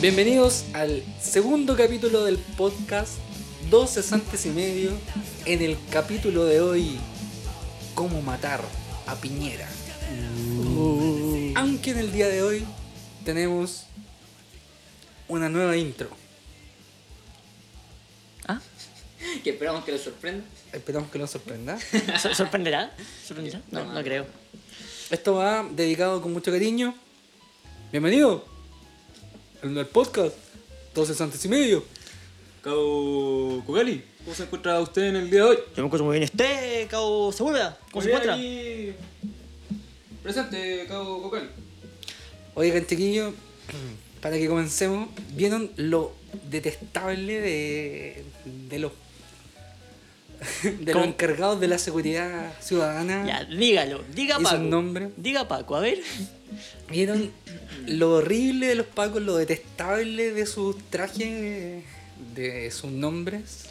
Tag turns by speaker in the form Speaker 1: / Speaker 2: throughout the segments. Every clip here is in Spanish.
Speaker 1: Bienvenidos al segundo capítulo del podcast Dos cesantes y medio. En el capítulo de hoy, cómo matar a Piñera. Aunque en el día de hoy tenemos una nueva intro.
Speaker 2: ¿Ah?
Speaker 3: Que esperamos que lo sorprenda.
Speaker 1: Esperamos que nos sorprenda.
Speaker 2: ¿Sor- ¿Sorprenderá? ¿Sorprenderá? No, no creo.
Speaker 1: Esto va dedicado con mucho cariño. Bienvenido al al podcast Dos cesantes y medio.
Speaker 3: Cabo Cugali, ¿cómo se encuentra usted en el día de hoy?
Speaker 2: Yo me encuentro muy bien. ¿Usted, Cabo Segura? ¿Cómo se encuentra?
Speaker 3: Presente, Cabo Cugali.
Speaker 1: Oigan, chiquillos, para que comencemos, ¿vieron lo detestable de, de los de los
Speaker 2: ¿Cómo?
Speaker 1: encargados de la seguridad ciudadana?
Speaker 2: Ya, dígalo. Diga
Speaker 1: ¿Y su
Speaker 2: Paco.
Speaker 1: nombre?
Speaker 2: Diga Paco, a ver.
Speaker 1: ¿Vieron lo horrible de los pacos, lo detestable de sus trajes, de sus nombres?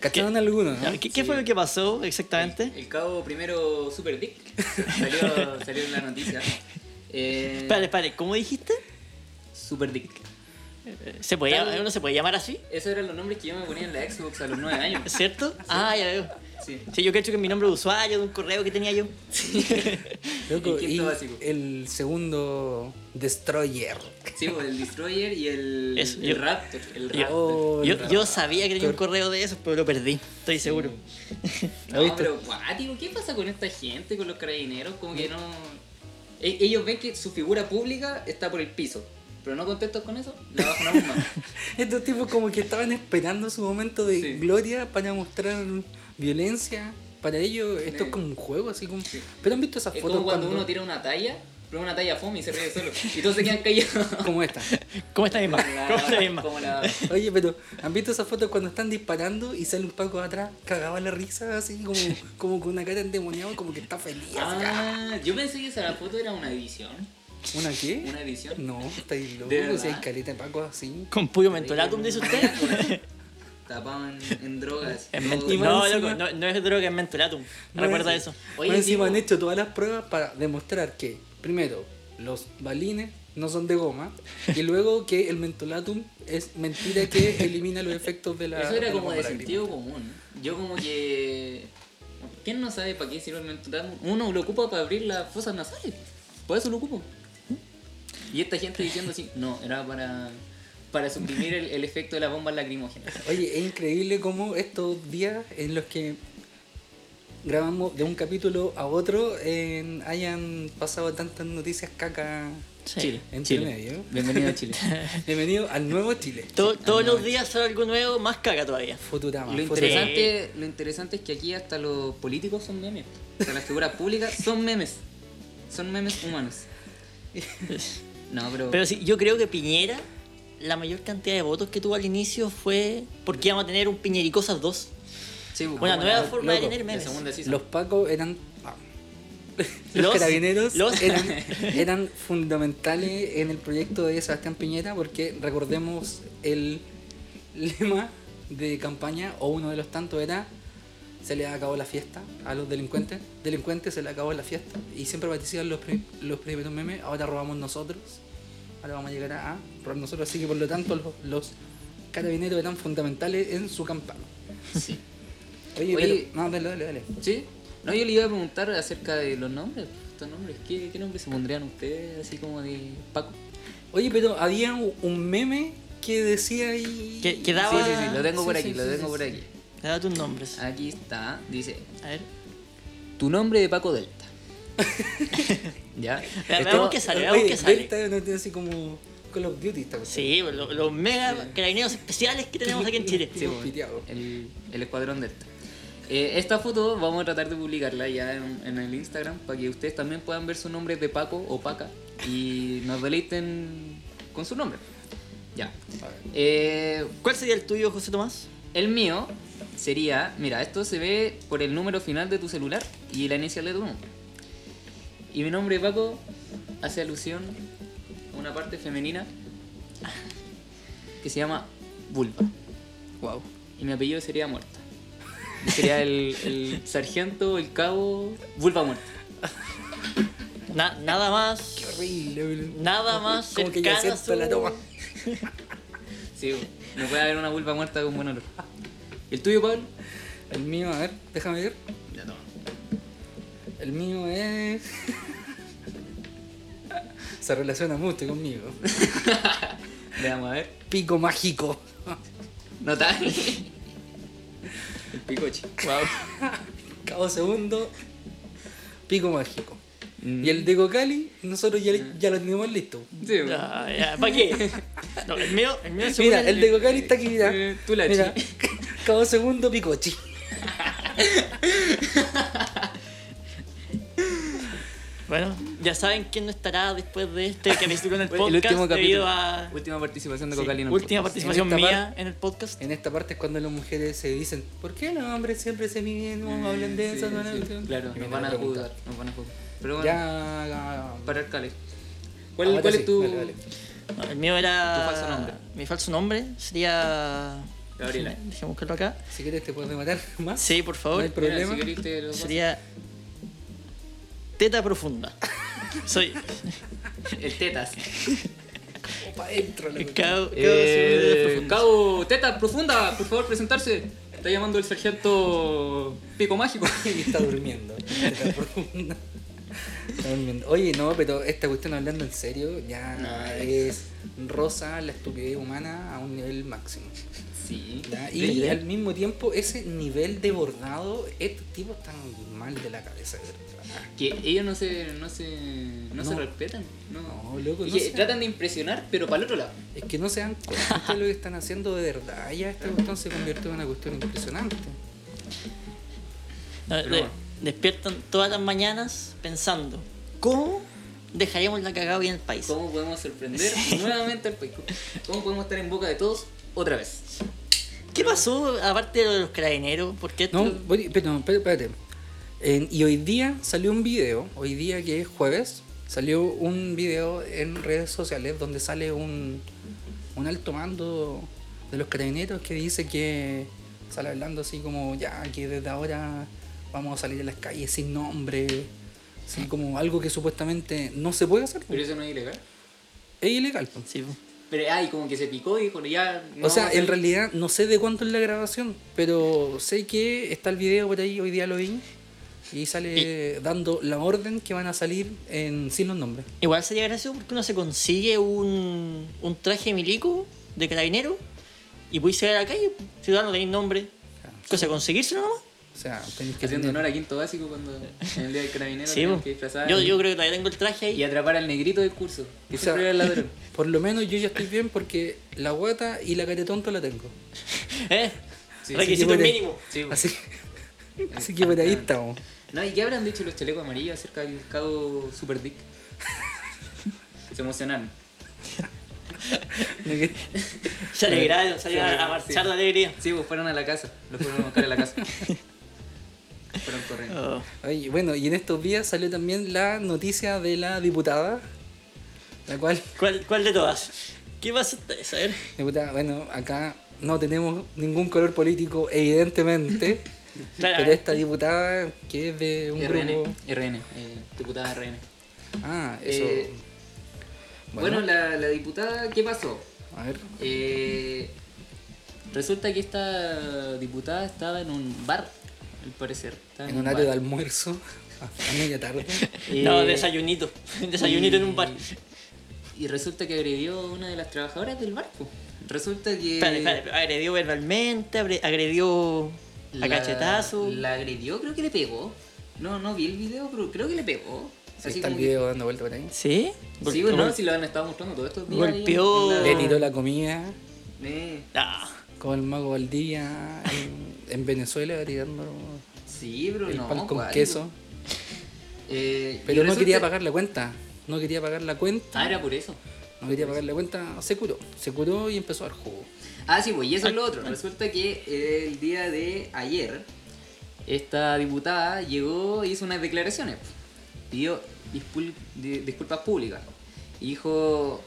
Speaker 1: ¿Cacharon algunos? no?
Speaker 2: Ya, ¿Qué, qué fue lo que pasó exactamente?
Speaker 3: El cabo primero Super Dick salió, salió en la noticia. Eh,
Speaker 2: Espera, espera, ¿cómo dijiste?
Speaker 3: Super Dick.
Speaker 2: Eh, ¿Se puede,
Speaker 3: Tal-
Speaker 2: ¿Uno se puede llamar así?
Speaker 3: Esos eran los nombres que yo me ponía en la Xbox a los 9 años.
Speaker 2: ¿Cierto? Ah, ya veo.
Speaker 3: Sí.
Speaker 2: Sí, yo creo que es mi nombre de usuario de un correo que tenía yo.
Speaker 1: Loco,
Speaker 3: el quinto
Speaker 1: y
Speaker 3: básico.
Speaker 1: el segundo, Destroyer.
Speaker 3: Sí, pues, el Destroyer y el,
Speaker 2: Eso,
Speaker 3: el
Speaker 2: yo-
Speaker 3: Raptor. El
Speaker 2: yo-
Speaker 3: Raptor.
Speaker 1: Oh,
Speaker 2: Yo,
Speaker 1: el
Speaker 2: yo sabía que tenía un correo de esos, pero lo perdí. Estoy seguro.
Speaker 1: ¿Lo
Speaker 3: No,
Speaker 1: viste?
Speaker 3: pero cuático, ¿qué pasa con esta gente, con los carabineros? Como que no. E- Ellos ven que su figura pública está por el piso, pero no contentos con eso, la bajan más.
Speaker 1: Estos tipos como que estaban esperando su momento de
Speaker 3: Sí.
Speaker 1: gloria para mostrar violencia. Para ellos esto es
Speaker 3: Sí.
Speaker 1: como un juego, así como... ¿Pero han visto esas
Speaker 3: Es
Speaker 1: fotos
Speaker 3: como cuando uno tira una talla, pero una talla fome y se ríe solo. Y todos se quedan callados.
Speaker 1: Como esta.
Speaker 2: ¿Cómo está mi mamá? ¿Cómo está mi mamá?
Speaker 3: Como la.
Speaker 1: Oye, pero ¿han visto esas fotos cuando están disparando y sale un paco de atrás, cagaba la risa, así como, como con una cara endemoniada, como que está feliz? así, ah.
Speaker 3: Ah, yo pensé que esa foto era una edición.
Speaker 1: ¿Una qué?
Speaker 3: ¿Una edición?
Speaker 1: No, estáis
Speaker 3: ¿De
Speaker 1: locos,
Speaker 3: verdad?
Speaker 1: si hay caleta de paco así.
Speaker 2: ¿Con Puyo Mentolatum, dice usted?
Speaker 3: Tapado en, en drogas.
Speaker 2: Es
Speaker 3: Todo-
Speaker 2: men-
Speaker 1: Y más
Speaker 2: no,
Speaker 1: encima-
Speaker 2: loco, no, no es droga, es mentolatum.
Speaker 1: Más
Speaker 2: Recuerda
Speaker 1: enci-
Speaker 2: eso.
Speaker 3: Oye,
Speaker 1: más encima
Speaker 3: digo-
Speaker 1: pues, han hecho todas las pruebas para demostrar que, primero, los balines no son de goma y luego que el mentolatum es mentira que elimina los efectos de la.
Speaker 3: Eso era
Speaker 1: la
Speaker 3: como
Speaker 1: bomba
Speaker 3: de
Speaker 1: lágrima.
Speaker 3: sentido común. Yo como que... ¿Quién no sabe para qué sirve el mentolatum? Uno lo ocupa para abrir las fosas nasales. Por eso lo ocupo. Y esta gente diciendo así, no, era para, para suprimir el, el efecto de las bombas lacrimógenas.
Speaker 1: Oye, es increíble cómo estos días en los que grabamos de un capítulo a otro eh, hayan pasado tantas noticias caca
Speaker 2: Sí.
Speaker 1: entre medio.
Speaker 3: Bienvenido a Chile.
Speaker 1: Bienvenido al nuevo Chile.
Speaker 2: To- todos los días sale algo nuevo, más caga todavía.
Speaker 1: Futurama.
Speaker 3: Lo
Speaker 1: Futurama.
Speaker 3: interesante, lo interesante es que aquí hasta los políticos son memes. Hasta las figuras públicas son memes. Son memes humanos. No, pero...
Speaker 2: Pero sí, yo creo que Piñera, la mayor cantidad de votos que tuvo al inicio fue porque íbamos a tener un Piñericosas 2.
Speaker 3: Sí, pues,
Speaker 2: Una
Speaker 3: como
Speaker 2: nueva
Speaker 3: la-
Speaker 2: forma de
Speaker 1: loco,
Speaker 2: tener
Speaker 3: la
Speaker 2: memes.
Speaker 3: segunda season.
Speaker 1: Los pacos eran. ah. Los,
Speaker 2: Los-
Speaker 1: carabineros
Speaker 2: los-
Speaker 1: eran, eran fundamentales en el proyecto de Sebastián Piñera porque recordemos el lema de campaña o uno de los tantos era se le acabó la fiesta a los delincuentes, delincuentes se le acabó la fiesta y siempre parecían los, pri- los primeros memes, ahora robamos nosotros, ahora vamos a llegar a, a robar nosotros, así que por lo tanto los, los carabineros eran fundamentales en su campaña.
Speaker 3: Sí.
Speaker 1: Oye,
Speaker 3: Oye.
Speaker 1: pero- no, dale, dale, dale.
Speaker 3: Sí. No, yo le iba a preguntar acerca de los nombres. Estos nombres, ¿qué, qué nombres se pondrían ustedes? Así como de Paco.
Speaker 1: Oye, pero había u- un meme que decía ahí.
Speaker 2: Que, que daba.
Speaker 3: Sí, sí, sí, lo tengo
Speaker 1: Sí,
Speaker 3: por
Speaker 1: sí,
Speaker 3: aquí,
Speaker 1: sí,
Speaker 3: lo
Speaker 1: sí,
Speaker 3: tengo
Speaker 1: sí.
Speaker 3: por aquí.
Speaker 2: Daba tus nombres.
Speaker 3: Aquí está, dice,
Speaker 2: A ver.
Speaker 3: tu nombre de Paco Delta. ya.
Speaker 2: Vea-
Speaker 3: Esto-
Speaker 2: Veamos qué sale, veamos qué sale.
Speaker 1: Delta no tiene así como Call of Duty esta cosa.
Speaker 2: Sí, pues, lo- los mega carabineros especiales que tenemos aquí en Chile.
Speaker 3: Sí, pues.
Speaker 1: Hemos
Speaker 3: bueno,
Speaker 1: piteado.
Speaker 3: el, el escuadrón Delta. Eh, esta foto vamos a tratar de publicarla ya en, en el Instagram para que ustedes también puedan ver su nombre de Paco o Paca y nos deleiten con su nombre. Ya.
Speaker 1: A ver.
Speaker 3: Eh,
Speaker 2: ¿Cuál sería el tuyo, José Tomás?
Speaker 3: El mío sería, mira, esto se ve por el número final de tu celular y la inicial de tu nombre. Y mi nombre Paco hace alusión a una parte femenina que se llama vulva.
Speaker 2: Wow.
Speaker 3: Y mi apellido sería muerta. Y Sería el, el sargento, el cabo, vulva muerta.
Speaker 2: nada más.
Speaker 1: Horrible, boludo.
Speaker 2: Nada más
Speaker 1: Como que
Speaker 2: cercano
Speaker 1: ya
Speaker 2: a
Speaker 1: siento
Speaker 2: su-
Speaker 1: la toma.
Speaker 3: Sí, bo. no puede haber una vulva muerta con buen olor. ¿El tuyo, Pablo?
Speaker 1: El mío, a ver, déjame ver.
Speaker 3: Ya no.
Speaker 1: El mío es. Se relaciona mucho conmigo.
Speaker 3: Veamos, a ver.
Speaker 1: Pico mágico.
Speaker 3: No tal. El picoche. Wow.
Speaker 1: Cabo segundo. Pico mágico. Y el de Cocali, nosotros ya, ya lo tenemos listo.
Speaker 3: Mm. Sí, bo.
Speaker 2: Ya, ya, ¿Para qué? No, el mío, el mío según
Speaker 1: Mira, el de Cocali está aquí, mira.
Speaker 3: Eh, tú la
Speaker 1: Mira,
Speaker 3: chi.
Speaker 1: Cabo segundo, picochi.
Speaker 2: Bueno, ya saben quién no estará después de este capítulo en el podcast
Speaker 3: el último
Speaker 2: debido
Speaker 3: capítulo.
Speaker 2: a
Speaker 3: Última participación de
Speaker 2: Sí,
Speaker 3: Cocalino.
Speaker 2: última participación
Speaker 1: En esta
Speaker 2: mía en el podcast.
Speaker 1: En esta parte es cuando las mujeres se dicen, ¿por qué los hombres siempre se miden?
Speaker 3: Eh,
Speaker 1: No hablan de eso, no hablan de eso?"
Speaker 3: Claro,
Speaker 1: Y
Speaker 3: nos
Speaker 1: me
Speaker 3: van a
Speaker 1: preguntan.
Speaker 3: juzgar. Nos van a juzgar. Pero bueno,
Speaker 1: Ya, ya,
Speaker 3: para el Cali. ¿Cuál,
Speaker 1: Ahora
Speaker 3: cuál
Speaker 1: sí,
Speaker 3: es tu.
Speaker 1: dale, dale.
Speaker 2: No, el mío era.
Speaker 3: Tu falso nombre.
Speaker 2: Mi falso nombre sería.
Speaker 3: Gabriela.
Speaker 2: Déjame- Déjame buscarlo acá.
Speaker 1: Si quieres te puedo matar más.
Speaker 2: Sí, por
Speaker 1: No
Speaker 2: favor.
Speaker 1: hay problema.
Speaker 3: Mira, si querés te lo paso.
Speaker 2: sería. Teta profunda. Soy.
Speaker 3: El Tetas.
Speaker 1: Pa' dentro, la cuestión.
Speaker 2: Cabo, cabo
Speaker 3: Eh,
Speaker 2: profunda.
Speaker 3: Cabo, Tetas Profunda, por favor, presentarse. Está llamando el sargento Pico Mágico.
Speaker 1: Y está durmiendo. Está profunda. Está durmiendo. Oye, no, pero esta cuestión hablando en serio ya
Speaker 3: No,
Speaker 1: es rosa la estupidez humana a un nivel máximo.
Speaker 3: Sí.
Speaker 1: ¿ya?
Speaker 3: De
Speaker 1: Y
Speaker 3: idea.
Speaker 1: al mismo tiempo ese nivel de bordado, estos tipos están mal de la cabeza. de verdad.
Speaker 3: Que ellos no se, no se, no, se
Speaker 1: No.
Speaker 3: respetan. No,
Speaker 1: No, loco,
Speaker 3: Y
Speaker 1: no
Speaker 3: que
Speaker 1: se-
Speaker 3: tratan de impresionar, pero para el otro lado.
Speaker 1: Es que no se dan cuenta de lo que están haciendo de verdad. Ya esta cuestión se convirtió en una cuestión impresionante.
Speaker 2: No,
Speaker 3: Pero
Speaker 2: de-
Speaker 3: bueno.
Speaker 2: Despiertan todas las mañanas pensando: ¿Cómo dejaríamos la cagada hoy en el país?
Speaker 3: ¿Cómo podemos sorprender nuevamente al país? ¿Cómo podemos estar en boca de todos otra vez?
Speaker 2: ¿Qué pasó aparte de lo de los carabineros? ¿Por qué
Speaker 1: No,
Speaker 2: esto-
Speaker 1: voy- pero, pero espérate. En- y hoy día salió un video, hoy día que es jueves, salió un video en redes sociales donde sale un, un alto mando de los carabineros que dice que sale hablando así como ya que desde ahora vamos a salir a las calles sin nombre, así como algo que supuestamente no se puede hacer,
Speaker 3: Pero eso no es ilegal.
Speaker 1: es ilegal. pues. po.
Speaker 2: Sí, po.
Speaker 3: Pero, ay, como que se picó y dijo, ya. no
Speaker 1: o sea,
Speaker 3: vamos a
Speaker 1: en
Speaker 3: salir.
Speaker 1: realidad no sé de cuánto es la grabación, pero sé que está el video por ahí, hoy día lo vi, y sale dando la orden que van a salir en, sin los nombres.
Speaker 2: Igual sería gracioso porque uno se consigue un, un traje milico de carabinero y puede salir a la calle. Si no tenéis nombre, cosa conseguírselo nomás.
Speaker 1: O sea, tenéis que
Speaker 3: Haciendo
Speaker 1: tener...
Speaker 3: honor a quinto básico cuando en el día del carabinero
Speaker 2: Sí,
Speaker 3: tenían
Speaker 2: po.
Speaker 3: que disfrazar
Speaker 2: yo,
Speaker 3: y-
Speaker 2: yo creo que todavía tengo el traje
Speaker 3: y
Speaker 2: ahí.
Speaker 3: atrapar al negrito del curso, que
Speaker 1: O sea,
Speaker 3: siempre era el ladrón.
Speaker 1: Por lo menos yo ya estoy bien porque la guata y la caretonto la tengo.
Speaker 2: ¿Eh?
Speaker 3: Sí,
Speaker 2: Requisito
Speaker 1: sí, sí,
Speaker 2: mínimo.
Speaker 3: Sí, po.
Speaker 1: Así, así que por ahí estamos.
Speaker 3: No, ¿y qué habrán dicho los chalecos amarillos acerca del cabo Super Dick? Se emocionaron.
Speaker 2: Se alegraron,
Speaker 3: Sí,
Speaker 2: salieron a, a
Speaker 3: sí.
Speaker 2: marchar de alegría.
Speaker 3: Sí, pues fueron a la casa, los fueron a buscar a la casa. fueron corriendo.
Speaker 2: Oh.
Speaker 1: Oye, bueno, y en estos días salió también la noticia de la diputada, la cual
Speaker 2: ¿Cuál, ¿Cuál de todas? ¿Qué pasa? A ver.
Speaker 1: Diputada, bueno, acá no tenemos ningún color político, evidentemente.
Speaker 2: Claro.
Speaker 3: eh.
Speaker 1: pero esta diputada que es de Ah, un grupo.
Speaker 3: RN, RN, eh, diputada RN.
Speaker 1: Ah, eso.
Speaker 3: Eh,
Speaker 1: Bueno.
Speaker 3: Bueno, la, la diputada, ¿qué pasó?
Speaker 1: A ver.
Speaker 3: Eh, resulta que esta diputada estaba en un bar, al parecer. Estaba
Speaker 1: En un
Speaker 3: bar.
Speaker 1: área de almuerzo, a media tarde.
Speaker 2: No,
Speaker 3: Eh,
Speaker 2: desayunito. Desayunito en un bar.
Speaker 3: Y resulta que agredió a una de las trabajadoras del barco. Resulta que.
Speaker 2: Espérate, espérate. Agredió verbalmente, agre- agredió a cachetazo.
Speaker 3: La agredió, creo que le pegó. No, no vi el video, pero creo que le pegó. Así
Speaker 1: está el
Speaker 3: como que-
Speaker 1: video dando vuelta por ahí.
Speaker 2: ¿Sí?
Speaker 3: Sí, pues,
Speaker 2: Gol-
Speaker 3: bueno, si lo han estado mostrando todo esto.
Speaker 2: Golpeó.
Speaker 3: Ah.
Speaker 1: Le tiró la comida,
Speaker 3: Eh,
Speaker 2: Ah,
Speaker 1: con el mago Valdía en, en Venezuela, tirando
Speaker 3: sí, pero
Speaker 1: el
Speaker 3: no.
Speaker 1: pan con
Speaker 3: cuático.
Speaker 1: queso.
Speaker 3: Eh, y
Speaker 1: Pero no
Speaker 3: resulta-
Speaker 1: quería pagar la cuenta. No quería pagar la cuenta.
Speaker 3: Ah, era por eso.
Speaker 1: No quería pagar la cuenta. Se curó. Se curó y empezó al juego.
Speaker 3: Ah, sí, pues, y eso es lo otro. Resulta que el día de ayer, esta diputada llegó e hizo unas declaraciones. pues. Pidió dispul- di- disculpas públicas. Y dijo: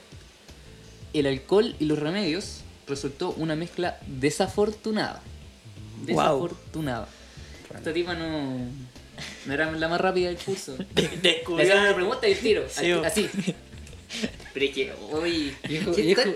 Speaker 3: El alcohol y los remedios resultó una mezcla desafortunada.
Speaker 2: Guau.
Speaker 3: Desafortunada. Esta tipa no. No era la más rápida del curso.
Speaker 2: de-
Speaker 3: Le
Speaker 2: descubrió.
Speaker 3: hacían una pregunta y el tiro.
Speaker 2: Sí,
Speaker 3: al-
Speaker 2: bo.
Speaker 3: así. Pero es que hoy.
Speaker 1: Viejo-
Speaker 3: ¿qué
Speaker 1: viejo-
Speaker 3: tal?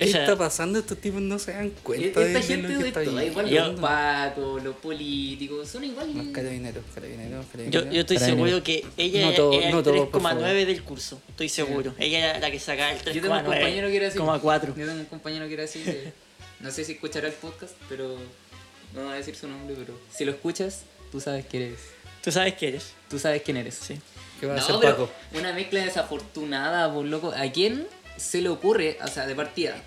Speaker 1: ¿Qué
Speaker 2: Esa-
Speaker 1: está pasando? Estos tipos no se dan cuenta
Speaker 3: E- Esta
Speaker 1: de, de lo
Speaker 3: gente
Speaker 1: que
Speaker 3: de
Speaker 1: está
Speaker 3: todo,
Speaker 1: viviendo.
Speaker 3: igual
Speaker 2: Yo-
Speaker 3: los pacos, los políticos, son igual.
Speaker 1: Los carabineros, carabineros, carabineros.
Speaker 2: Yo, yo estoy
Speaker 1: Carabineros.
Speaker 2: seguro que ella
Speaker 1: No
Speaker 2: era-
Speaker 1: todo-
Speaker 2: era
Speaker 1: no
Speaker 2: el
Speaker 1: todo, por
Speaker 2: 3,9 del curso. Estoy seguro. Ella era la que sacaba el
Speaker 3: Yo tengo un compañero que era así.
Speaker 2: 3,9,4.
Speaker 3: Yo tengo un compañero que era así. que- no sé si escuchará el podcast, pero no voy a decir su nombre, pero si lo escuchas, tú sabes quién eres.
Speaker 2: Tú sabes qué eres.
Speaker 3: Tú sabes quién eres. Sí.
Speaker 1: ¿Qué va a
Speaker 3: No,
Speaker 1: hacer
Speaker 3: pero
Speaker 1: Paco?
Speaker 3: Una mezcla desafortunada, por loco. ¿A quién se le ocurre, o sea, de partida?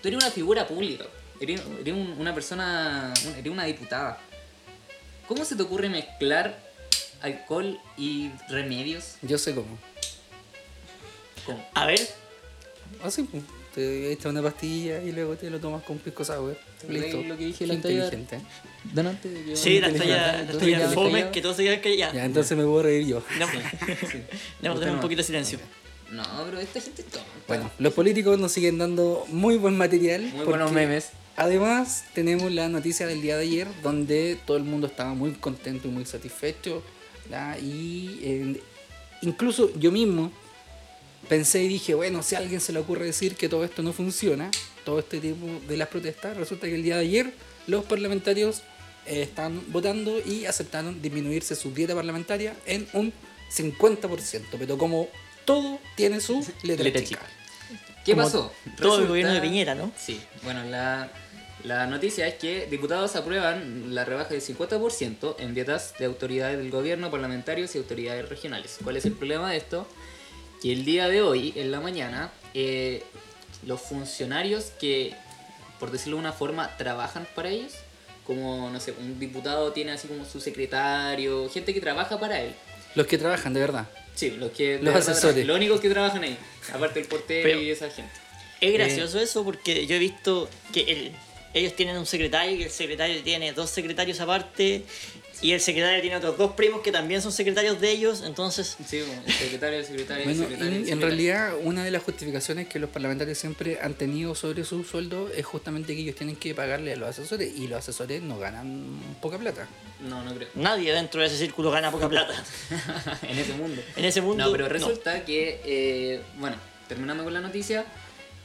Speaker 3: Tú eres una figura pública, eres, eres un- una persona, un- eres una diputada. ¿Cómo se te ocurre mezclar alcohol y remedios
Speaker 1: Yo sé cómo.
Speaker 3: con
Speaker 2: A ver,
Speaker 1: Así, pues. Te echas una pastilla y luego te lo tomas con pisco sour. Listo.
Speaker 3: lo que dije, la
Speaker 1: Qué
Speaker 3: talla-
Speaker 1: inteligente. ¿eh?
Speaker 3: donante? de que-
Speaker 2: sí, la estrella, la
Speaker 3: Tú
Speaker 2: estrella
Speaker 3: ya-
Speaker 2: fome,
Speaker 3: ya-
Speaker 2: que todos se digan que ya.
Speaker 1: Ya, entonces me voy a reír yo.
Speaker 2: Le vamos
Speaker 3: Sí.
Speaker 2: le vamos a
Speaker 3: Usted
Speaker 2: tener un
Speaker 3: no.
Speaker 2: poquito de silencio.
Speaker 3: No, pero esta gente es tonta.
Speaker 1: Bueno, los políticos nos siguen dando muy buen material.
Speaker 3: Muy
Speaker 1: porque
Speaker 3: buenos memes.
Speaker 1: Además, tenemos la noticia del día de ayer donde todo el mundo estaba muy contento y muy satisfecho. ¿ya? Y eh, incluso yo mismo pensé y dije, bueno, si a alguien se le ocurre decir que todo esto no funciona, todo este tipo de las protestas, resulta que el día de ayer los parlamentarios eh, están votando y aceptaron disminuirse su dieta parlamentaria en un 50%. Pero como todo tiene su letra,
Speaker 3: Letra
Speaker 1: chica.
Speaker 3: chica. ¿Qué
Speaker 2: Como
Speaker 3: pasó?
Speaker 2: todo el gobierno de Piñera, ¿no?
Speaker 3: Sí, bueno, la, la noticia es que diputados aprueban la rebaja del 50% en dietas de autoridades del gobierno, parlamentarios y autoridades regionales. ¿Cuál es el problema de esto? Que el día de hoy, en la mañana, eh, los funcionarios que, por decirlo de una forma, trabajan para ellos, como, no sé, un diputado tiene así como su secretario, gente que trabaja para él.
Speaker 1: Los que trabajan, de verdad.
Speaker 3: Sí, los que... de
Speaker 1: Los
Speaker 3: verdad
Speaker 1: asesores.
Speaker 3: trabajan, Los únicos que trabajan ahí, aparte del portero
Speaker 2: Pero-
Speaker 3: y esa gente.
Speaker 2: Es gracioso eso porque yo he visto que el- ellos tienen un secretario y el secretario tiene dos secretarios aparte y el secretario tiene otros dos primos que también son secretarios de ellos, entonces
Speaker 3: Sí, bueno, el secretario, el secretario, el
Speaker 1: Bueno, y
Speaker 3: secretario, el
Speaker 1: en
Speaker 3: secretario.
Speaker 1: realidad una de las justificaciones que los parlamentarios siempre han tenido sobre su sueldo es justamente que ellos tienen que pagarle a los asesores y los asesores no ganan poca plata.
Speaker 3: No, no creo.
Speaker 2: nadie dentro de ese círculo gana poca plata.
Speaker 3: en ese mundo.
Speaker 2: En ese mundo,
Speaker 3: No, pero
Speaker 2: no.
Speaker 3: resulta que, eh, bueno, terminando con la noticia,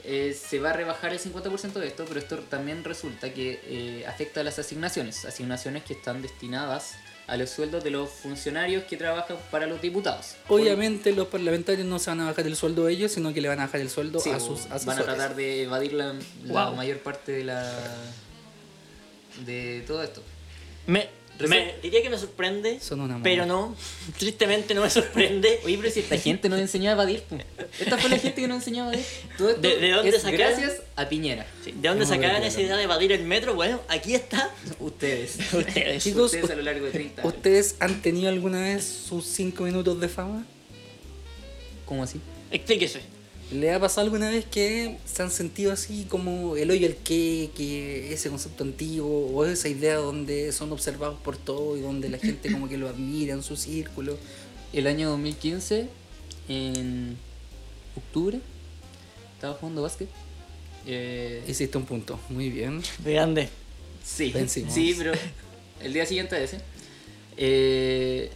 Speaker 3: eh, se va a rebajar el 50% de esto, pero esto también resulta que eh, afecta a las asignaciones. Asignaciones que están destinadas a los sueldos de los funcionarios que trabajan para los diputados.
Speaker 1: Obviamente los parlamentarios no se van a bajar el sueldo a ellos, sino que le van a bajar el sueldo
Speaker 3: Sí,
Speaker 1: a sus asesores.
Speaker 3: van a tratar de evadir la, la
Speaker 2: Wow.
Speaker 3: mayor parte de la de todo esto.
Speaker 2: Me,
Speaker 3: Reci-
Speaker 2: me- diría que me sorprende,
Speaker 1: Son una mamá.
Speaker 2: pero no, tristemente no me sorprende.
Speaker 3: Oye, pero si esta gente nos enseñó a evadir, pu. Esta fue la gente que nos enseñó a evadir. Todo esto
Speaker 2: ¿De- de dónde
Speaker 3: es
Speaker 2: sacaron?
Speaker 3: gracias a Piñera.
Speaker 2: Sí, ¿De dónde
Speaker 1: Vamos a ver,
Speaker 2: sacaban
Speaker 1: claro.
Speaker 2: esa idea de evadir el metro? Bueno, aquí está.
Speaker 3: Ustedes.
Speaker 2: Ustedes.
Speaker 1: Chicos,
Speaker 3: Ustedes a lo largo de 30 años.
Speaker 1: ¿Ustedes han tenido alguna vez sus 5 minutos de fama?
Speaker 3: ¿Cómo así?
Speaker 2: Explíquese.
Speaker 1: ¿Le ha pasado alguna vez que se han sentido así como el hoyo al que, que ese concepto antiguo o esa idea donde son observados por todo y donde la gente como que lo admira en su círculo?
Speaker 3: El año 2015, en octubre, estaba jugando básquet. Eh,
Speaker 1: Hiciste un punto, muy bien.
Speaker 2: Grande.
Speaker 3: Sí,
Speaker 1: Ben Simmons.
Speaker 3: sí, pero el día siguiente a ese, eh,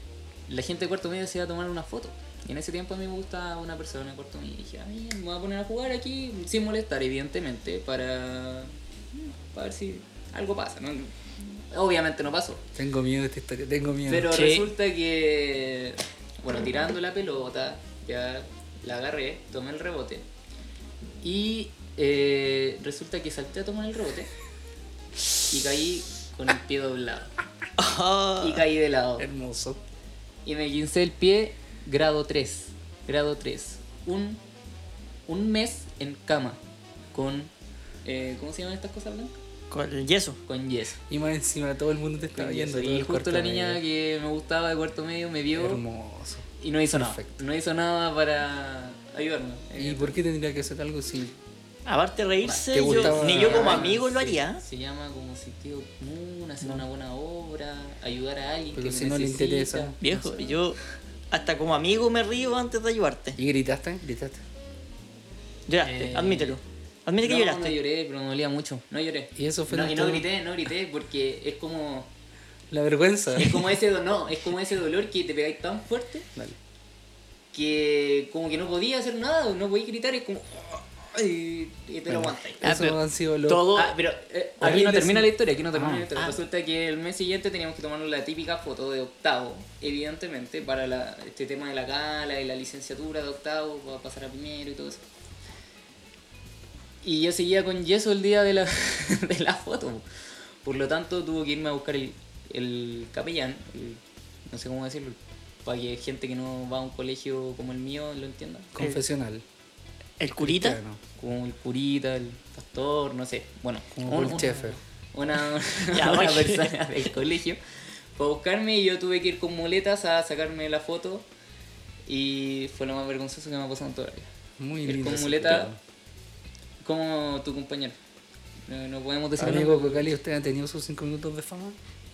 Speaker 3: la gente de cuarto medio se iba a tomar una foto. Y en ese tiempo a mí me gusta una persona de cuarto medio. Y dije, "Ay, me voy a poner a jugar aquí sin molestar, evidentemente, para, para ver si algo pasa. ¿no? Obviamente no pasó.
Speaker 1: Tengo miedo de esta historia, tengo miedo.
Speaker 3: Pero
Speaker 2: Sí.
Speaker 3: resulta que, bueno, tirando la pelota, ya la agarré, tomé el rebote. Y eh, resulta que salté a tomar el rebote y caí con el pie doblado.
Speaker 2: Ah,
Speaker 3: Y caí de lado.
Speaker 1: Hermoso.
Speaker 3: Y me guincé el pie grado 3. Grado 3. Un, un mes en cama con... eh, ¿Cómo se llaman estas cosas blancas?
Speaker 2: Con el yeso.
Speaker 3: Con yeso.
Speaker 1: Y más encima todo el mundo te está
Speaker 3: Con
Speaker 1: viendo.
Speaker 3: yeso.
Speaker 1: todo
Speaker 3: Y
Speaker 1: el
Speaker 3: justo
Speaker 1: cuarto
Speaker 3: la niña
Speaker 1: medio.
Speaker 3: que me gustaba de cuarto medio me vio
Speaker 1: Hermoso.
Speaker 3: Y no hizo
Speaker 1: Perfecto.
Speaker 3: nada. No hizo nada para ayudarme.
Speaker 1: ¿Y por qué tendría que hacer algo si
Speaker 2: Aparte de reírse,
Speaker 1: ¿Te
Speaker 2: yo-
Speaker 1: gustaba-
Speaker 2: ni yo como
Speaker 1: Ah,
Speaker 2: amigo lo
Speaker 3: Se-
Speaker 2: haría.
Speaker 3: Se, llama como sentido común, hacer una buena obra, ayudar a alguien.
Speaker 1: Pero
Speaker 3: que
Speaker 1: si
Speaker 3: lo
Speaker 1: no le
Speaker 3: necesita.
Speaker 1: interesa.
Speaker 2: Viejo, yo hasta como amigo me río antes de ayudarte.
Speaker 1: ¿Y gritaste? ¿Gritaste?
Speaker 2: Lloraste,
Speaker 3: Eh,
Speaker 2: admítelo. Admite que
Speaker 3: no,
Speaker 2: lloraste.
Speaker 3: No lloré, pero me dolía mucho. No lloré.
Speaker 1: Y eso fue
Speaker 3: no, y no
Speaker 1: nuestro-
Speaker 3: grité, no grité, porque es como.
Speaker 1: La vergüenza.
Speaker 3: Es como ese do- no, es como ese dolor que te pegáis tan fuerte
Speaker 1: Dale.
Speaker 3: que como que no podía hacer nada, no podía gritar, es como.
Speaker 2: y, y te lo aguantáis.
Speaker 3: Ah,
Speaker 1: Eso
Speaker 3: pero
Speaker 1: han sido los.
Speaker 2: Todo.
Speaker 3: Ah, pero eh, aquí
Speaker 1: Horrible
Speaker 3: no termina
Speaker 1: sí.
Speaker 3: la historia, aquí no termina
Speaker 1: Ah.
Speaker 3: la historia.
Speaker 2: Ah.
Speaker 3: Resulta que el mes siguiente teníamos que tomarnos la típica foto de octavo, evidentemente, para la- este tema de la gala y la licenciatura de octavo, para pasar a primero y todo eso. Y yo seguía con yeso el día de la, de la foto. Por lo tanto, tuvo que irme a buscar el, el capellán, el- no sé cómo decirlo, para que gente que no va a un colegio como el mío lo entienda.
Speaker 1: Confesional.
Speaker 2: ¿El curita?
Speaker 1: Claro.
Speaker 3: Como el curita, el pastor, no sé. Bueno,
Speaker 1: Como
Speaker 3: un-
Speaker 1: el chefe.
Speaker 3: una,
Speaker 2: Ya,
Speaker 3: una
Speaker 2: oye.
Speaker 3: persona del colegio para buscarme y yo tuve que ir con muletas a sacarme la foto y fue lo más vergonzoso que me ha pasado en toda la vida.
Speaker 1: Muy
Speaker 3: El
Speaker 1: lindo.
Speaker 3: con
Speaker 1: ese
Speaker 3: muleta,
Speaker 1: recuerdo.
Speaker 3: como tu compañero. No, no podemos decir
Speaker 1: Amigo
Speaker 3: nombre.
Speaker 1: Cocali, ¿usted ha tenido sus 5 minutos de fama?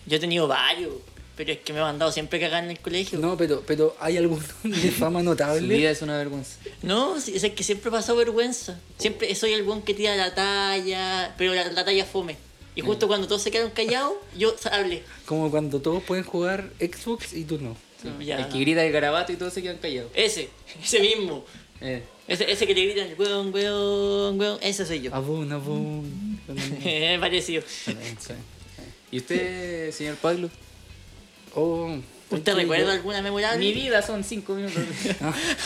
Speaker 2: Yo he tenido varios, pero es que me he mandado siempre cagar en el colegio. No,
Speaker 1: No, pero, pero ¿hay alguno de fama
Speaker 3: Su
Speaker 1: notable?
Speaker 3: vida es una vergüenza.
Speaker 2: sí, es que siempre he pasado vergüenza. Siempre soy el buen que tira la talla, pero la, la talla fome. Y
Speaker 3: Mm.
Speaker 2: justo cuando todos se quedaron callados, yo sa- hablé.
Speaker 1: Como cuando todos pueden jugar Xbox y tú no.
Speaker 2: No, ya,
Speaker 3: el que
Speaker 2: no.
Speaker 3: grita el garabato y todos se quedan callados.
Speaker 2: Ese, ese mismo.
Speaker 3: Eh,
Speaker 2: Ese, ese que te gritan, weón, weón, weón. Ese soy yo.
Speaker 3: Ah,
Speaker 1: Abun, abun.
Speaker 2: Es parecido.
Speaker 3: ¿Y usted, señor Pablo?
Speaker 1: Oh,
Speaker 2: ¿Usted
Speaker 1: es que
Speaker 2: recuerda
Speaker 1: yo-
Speaker 2: alguna memorable?
Speaker 3: Mi vida son cinco minutos. son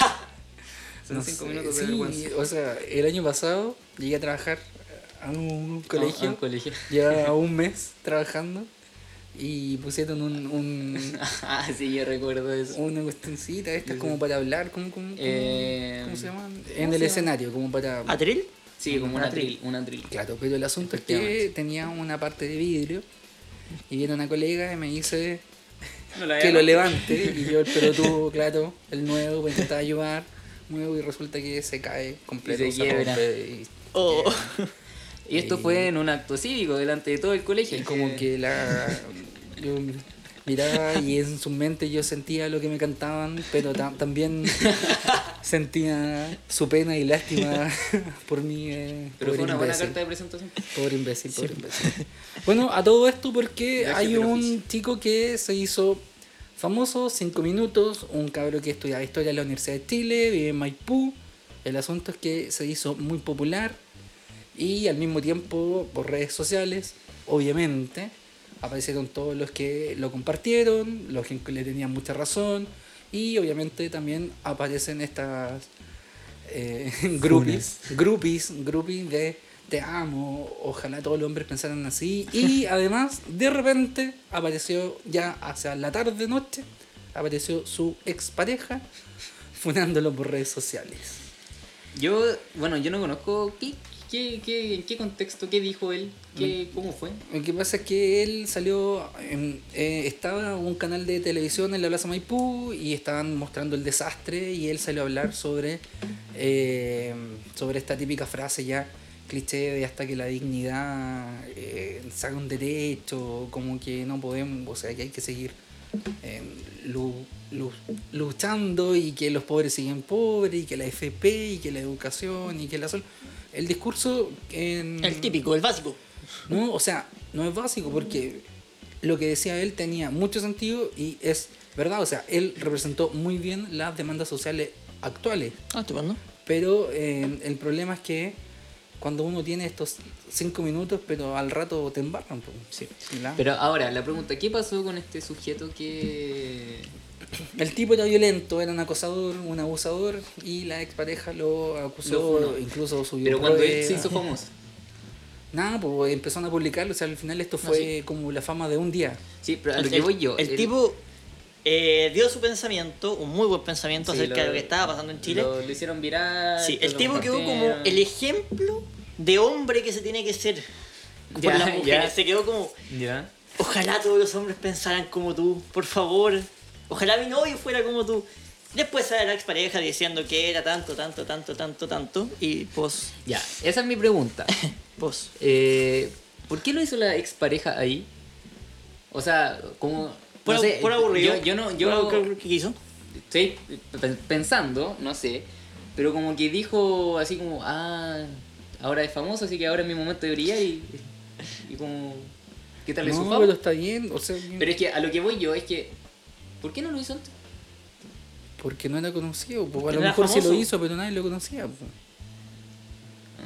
Speaker 1: Ah. no
Speaker 3: cinco
Speaker 1: sé,
Speaker 3: minutos de
Speaker 1: sí,
Speaker 3: vergüenza.
Speaker 1: O sea, el año pasado llegué a trabajar a un
Speaker 3: A
Speaker 1: colegio.
Speaker 3: un colegio.
Speaker 1: Llevaba un mes trabajando y pusieron un, un,
Speaker 3: ah, sí, yo recuerdo eso.
Speaker 1: una cuestioncita esta como para hablar, ¿cómo, cómo, cómo-
Speaker 3: Eh,
Speaker 1: cómo se llama? En el escenario, como para...
Speaker 3: Ah,
Speaker 2: ¿Atril?
Speaker 3: Sí, como un
Speaker 1: Una
Speaker 3: atril, un atril.
Speaker 1: Claro, pero el asunto es que tenía una parte de vidrio y viene una colega y me dice que lo levante y yo el pelotudo, claro, el nuevo, me intentaba ayudar, nuevo y resulta que se cae completo.
Speaker 3: Y se quiebra.
Speaker 1: rompe, y-
Speaker 2: O
Speaker 3: Eh, Y esto fue en un acto cívico delante de todo el colegio.
Speaker 1: Y como que la. Yo miraba y en su mente yo sentía lo que me cantaban, pero ta- también sentía su pena y lástima por mí. eh,
Speaker 3: Pero
Speaker 1: pobre
Speaker 3: fue una buena
Speaker 1: imbécil.
Speaker 3: carta de presentación.
Speaker 1: Pobre imbécil, pobre imbécil. Bueno, a todo esto porque
Speaker 3: Viaje
Speaker 1: hay
Speaker 3: del
Speaker 1: un
Speaker 3: oficio.
Speaker 1: chico que se hizo famoso, 5 minutos, un cabro que estudiaba historia en la Universidad de Chile, vive en Maipú. El asunto es que se hizo muy popular y al mismo tiempo por redes sociales, obviamente, aparecieron todos los que lo compartieron, los que le tenían mucha razón y obviamente también aparecen estas eh, groupies, groupies, groupies de te amo, ojalá todos los hombres pensaran así. Y además, de repente, apareció ya hacia la tarde noche, apareció su expareja funándolo por redes sociales.
Speaker 3: Yo, bueno, yo no conozco qué, qué, qué, en qué contexto, qué dijo él,
Speaker 1: Mm.
Speaker 3: qué, cómo fue.
Speaker 1: Lo que pasa es que él salió, en- eh, estaba un canal de televisión en la Plaza Maipú y estaban mostrando el desastre y él salió a hablar sobre, eh, sobre esta típica frase ya cliché de hasta que la dignidad eh, saca un derecho, como que no podemos, o sea, que hay que seguir eh, lu- lu- luchando y que los pobres siguen pobres y que la FP y que la educación y que la sol... El discurso en...
Speaker 2: el típico, el básico.
Speaker 1: No, o sea, no es básico porque lo que decía él tenía mucho sentido y es verdad. O sea, él representó muy bien las demandas sociales actuales.
Speaker 2: Ah, estupendo.
Speaker 1: Pero eh, el problema es que cuando uno tiene estos cinco minutos, pero al rato te embarran. po. La-
Speaker 3: Pero ahora, la pregunta, ¿qué pasó con este sujeto que...
Speaker 1: El tipo era violento, era un acosador, un abusador y la expareja lo acusó,
Speaker 3: Lo funó.
Speaker 1: incluso subió
Speaker 3: Pero cuando él se
Speaker 1: pruebas.
Speaker 3: hizo famoso.
Speaker 1: Nada, pues empezaron a publicarlo. O sea, al final
Speaker 3: Ah,
Speaker 1: esto fue como la fama de un día.
Speaker 3: Sí, pero a lo que voy yo.
Speaker 2: el
Speaker 3: él-
Speaker 2: tipo eh, dio su pensamiento, un muy buen pensamiento
Speaker 3: sí,
Speaker 2: acerca de lo que estaba pasando en Chile.
Speaker 3: Lo, lo hicieron viral.
Speaker 2: Sí, el
Speaker 3: lo
Speaker 2: tipo quedó como
Speaker 3: compartieron.
Speaker 2: el ejemplo de hombre que se tiene que ser por
Speaker 3: Ya,
Speaker 2: las mujeres.
Speaker 3: ya.
Speaker 2: Se quedó como,
Speaker 3: Ya.
Speaker 2: ojalá todos los hombres pensaran como tú, por favor. Ojalá mi novio fuera como tú. Después sale la expareja diciendo que era tanto, tanto, tanto, tanto, tanto. Y pues,
Speaker 3: Ya, esa es mi pregunta.
Speaker 2: pues,
Speaker 3: Eh, ¿Por qué lo hizo la expareja ahí? O sea, como...
Speaker 2: por,
Speaker 3: no sé,
Speaker 2: por aburrido.
Speaker 3: Yo, yo no...
Speaker 2: Por
Speaker 3: Yo
Speaker 2: aburrido que quiso.
Speaker 3: estoy pe- pensando, no sé, pero como que dijo así como, ah, ahora es famoso, así que ahora es mi momento de brillar y, y como, ¿qué tal le su
Speaker 1: No,
Speaker 3: fama?
Speaker 1: pero está bien. O sea,
Speaker 3: Pero es que a lo que voy yo es que, ¿por qué no lo hizo antes?
Speaker 1: Porque no era conocido, po. a
Speaker 2: Porque
Speaker 1: lo
Speaker 2: no era
Speaker 1: mejor sí lo
Speaker 2: famoso.
Speaker 1: hizo, pero nadie lo conocía. po.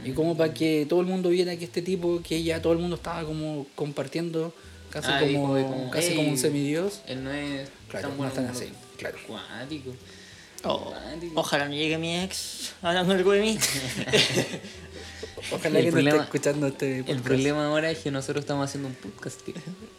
Speaker 3: Mm.
Speaker 1: Y como para que todo el mundo viera que este tipo, que ya todo el mundo estaba como compartiendo, casi,
Speaker 3: Ah,
Speaker 1: como,
Speaker 3: dijo como,
Speaker 1: casi
Speaker 3: "Ey".
Speaker 1: como un semidios.
Speaker 3: Él no es
Speaker 1: Claro, no
Speaker 3: tan bueno
Speaker 1: están
Speaker 3: como-
Speaker 1: así, claro.
Speaker 3: Cuático.
Speaker 2: Oh,
Speaker 3: Cuático.
Speaker 2: ojalá no llegue mi ex hablando algo de mí.
Speaker 1: Ojalá
Speaker 3: El
Speaker 1: que no
Speaker 3: problema-
Speaker 1: esté escuchando este
Speaker 3: El
Speaker 1: podcast.
Speaker 3: problema ahora es que nosotros estamos haciendo un podcast, tío.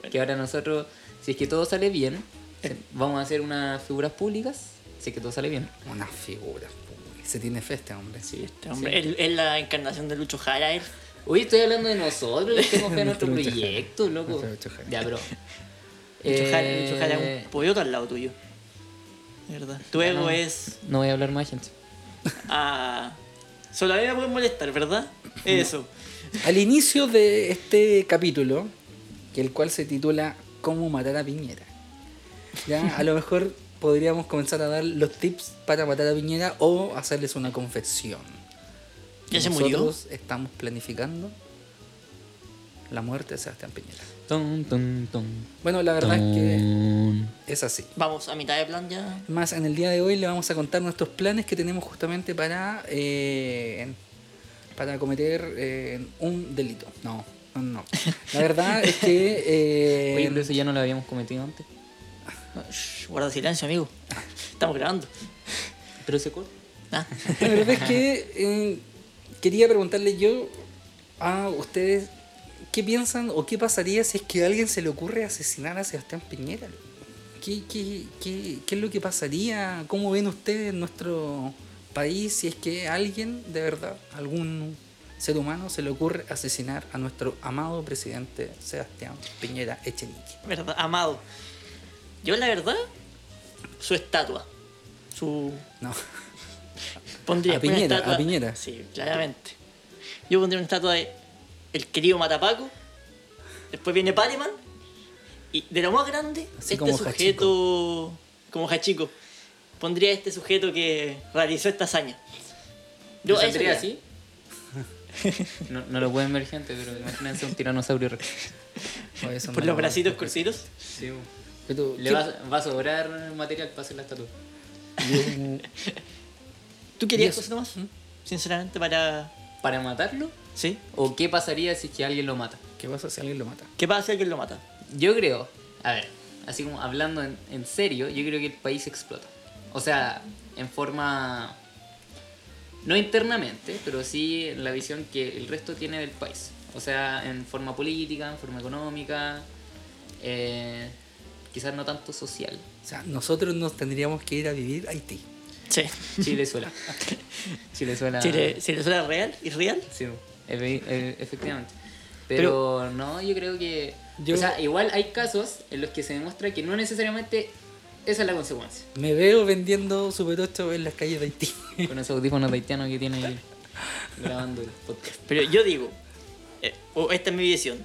Speaker 3: Que ahora nosotros, si es que todo sale bien, se- vamos a hacer unas figuras públicas, si es que todo sale bien.
Speaker 1: Una figura, po, se tiene fe este hombre.
Speaker 2: Sí, este hombre. él- Es la encarnación de Lucho Jara, él.
Speaker 3: Oye, estoy hablando de nosotros, le tengo fe a
Speaker 1: Nuestro
Speaker 3: nuestro
Speaker 1: Lucho Jara.
Speaker 3: proyecto, loco.
Speaker 1: Nuestro Lucho Jara.
Speaker 3: Ya, pero...
Speaker 2: Lucho Jara-
Speaker 3: Eh,
Speaker 2: Lucho Jara es un pollo al lado tuyo. De verdad. Tu ego
Speaker 3: no.
Speaker 2: es.
Speaker 3: No voy a hablar más, gente.
Speaker 2: Ah, solo a mí me pueden molestar, ¿verdad? Eso.
Speaker 1: Al inicio de este capítulo, que el cual se titula Cómo matar a Piñera. Ya, a lo mejor podríamos comenzar a dar los tips para matar a Piñera o hacerles una confesión.
Speaker 2: ¿Ya se murió?
Speaker 1: Nosotros estamos planificando la muerte de Sebastián Piñera.
Speaker 3: Ton, ton, ton.
Speaker 1: Bueno, la verdad es
Speaker 3: Mm.
Speaker 1: que
Speaker 3: ton.
Speaker 1: es así.
Speaker 2: Vamos, a mitad de plan ya.
Speaker 1: Más en el día de hoy le vamos a contar nuestros planes que tenemos justamente para eh, para cometer eh, un delito. No, no, no. La verdad es que eh,
Speaker 3: Oye, pero eso ya no lo habíamos cometido antes.
Speaker 2: No, shh, guarda silencio, amigo. Estamos grabando.
Speaker 3: Pero se corta.
Speaker 2: Ah,
Speaker 1: la verdad es que eh, quería preguntarle yo a ustedes qué piensan o qué pasaría si es que a alguien se le ocurre asesinar a Sebastián Piñera. ¿Qué, qué, qué- qué es lo que pasaría? ¿Cómo ven ustedes nuestro país si es que a alguien, de verdad, algún ser humano se le ocurre asesinar a nuestro amado presidente Sebastián Piñera Echenique?
Speaker 2: verdad, amado. Yo, la verdad, su estatua. Su.
Speaker 1: No.
Speaker 2: Pondría
Speaker 1: A
Speaker 2: una
Speaker 1: Piñera, a
Speaker 2: estatua-
Speaker 1: Piñera.
Speaker 2: Sí, claramente. Yo pondría una estatua de el querido Matapaco. Después viene Paleman. Y de lo más grande,
Speaker 1: Así
Speaker 2: este
Speaker 1: como
Speaker 2: sujeto. Como Hachico. Pondría este sujeto que realizó esta hazaña. Yo
Speaker 3: ¿Lo
Speaker 2: eso
Speaker 3: saldría
Speaker 2: haría.
Speaker 3: así? No, no lo pueden ver, gente, pero imagínense un tiranosaurio rex.
Speaker 1: Oye, son
Speaker 2: Por los
Speaker 1: malos.
Speaker 2: bracitos cortitos.
Speaker 1: Pero,
Speaker 3: Le
Speaker 1: ¿qué-
Speaker 3: va, va a sobrar material para hacer la estatua.
Speaker 2: ¿Tú
Speaker 1: ¿Y
Speaker 2: querías
Speaker 1: eso? ¿Mm?
Speaker 2: cosas nomás? Sinceramente, para.
Speaker 3: ¿Para matarlo?
Speaker 2: ¿Sí?
Speaker 3: ¿O qué pasaría si es que alguien lo mata?
Speaker 1: ¿Qué pasa si alguien lo mata?
Speaker 2: ¿Qué pasa si alguien lo mata?
Speaker 3: Yo creo, a ver, así como hablando en, en serio, yo creo que el país explota. O sea, en forma. No internamente, pero sí en la visión que el resto tiene del país. O sea, en forma política, en forma económica, eh, quizás no tanto social.
Speaker 1: O sea, nosotros nos tendríamos que ir a vivir a Haití.
Speaker 2: Sí.
Speaker 3: Chilezuela. Chilezuela.
Speaker 2: Si le, si le suena real y real.
Speaker 3: Sí, efe- e- efectivamente. Pero, no, yo creo que.
Speaker 1: Yo-
Speaker 3: O sea, igual hay casos en los que se demuestra que no necesariamente esa es la consecuencia.
Speaker 1: Me veo vendiendo Super 8 en las calles de Haití.
Speaker 3: Con esos audífonos haitianos que tiene ahí grabando el podcast.
Speaker 2: Pero yo digo, eh, o esta es mi visión.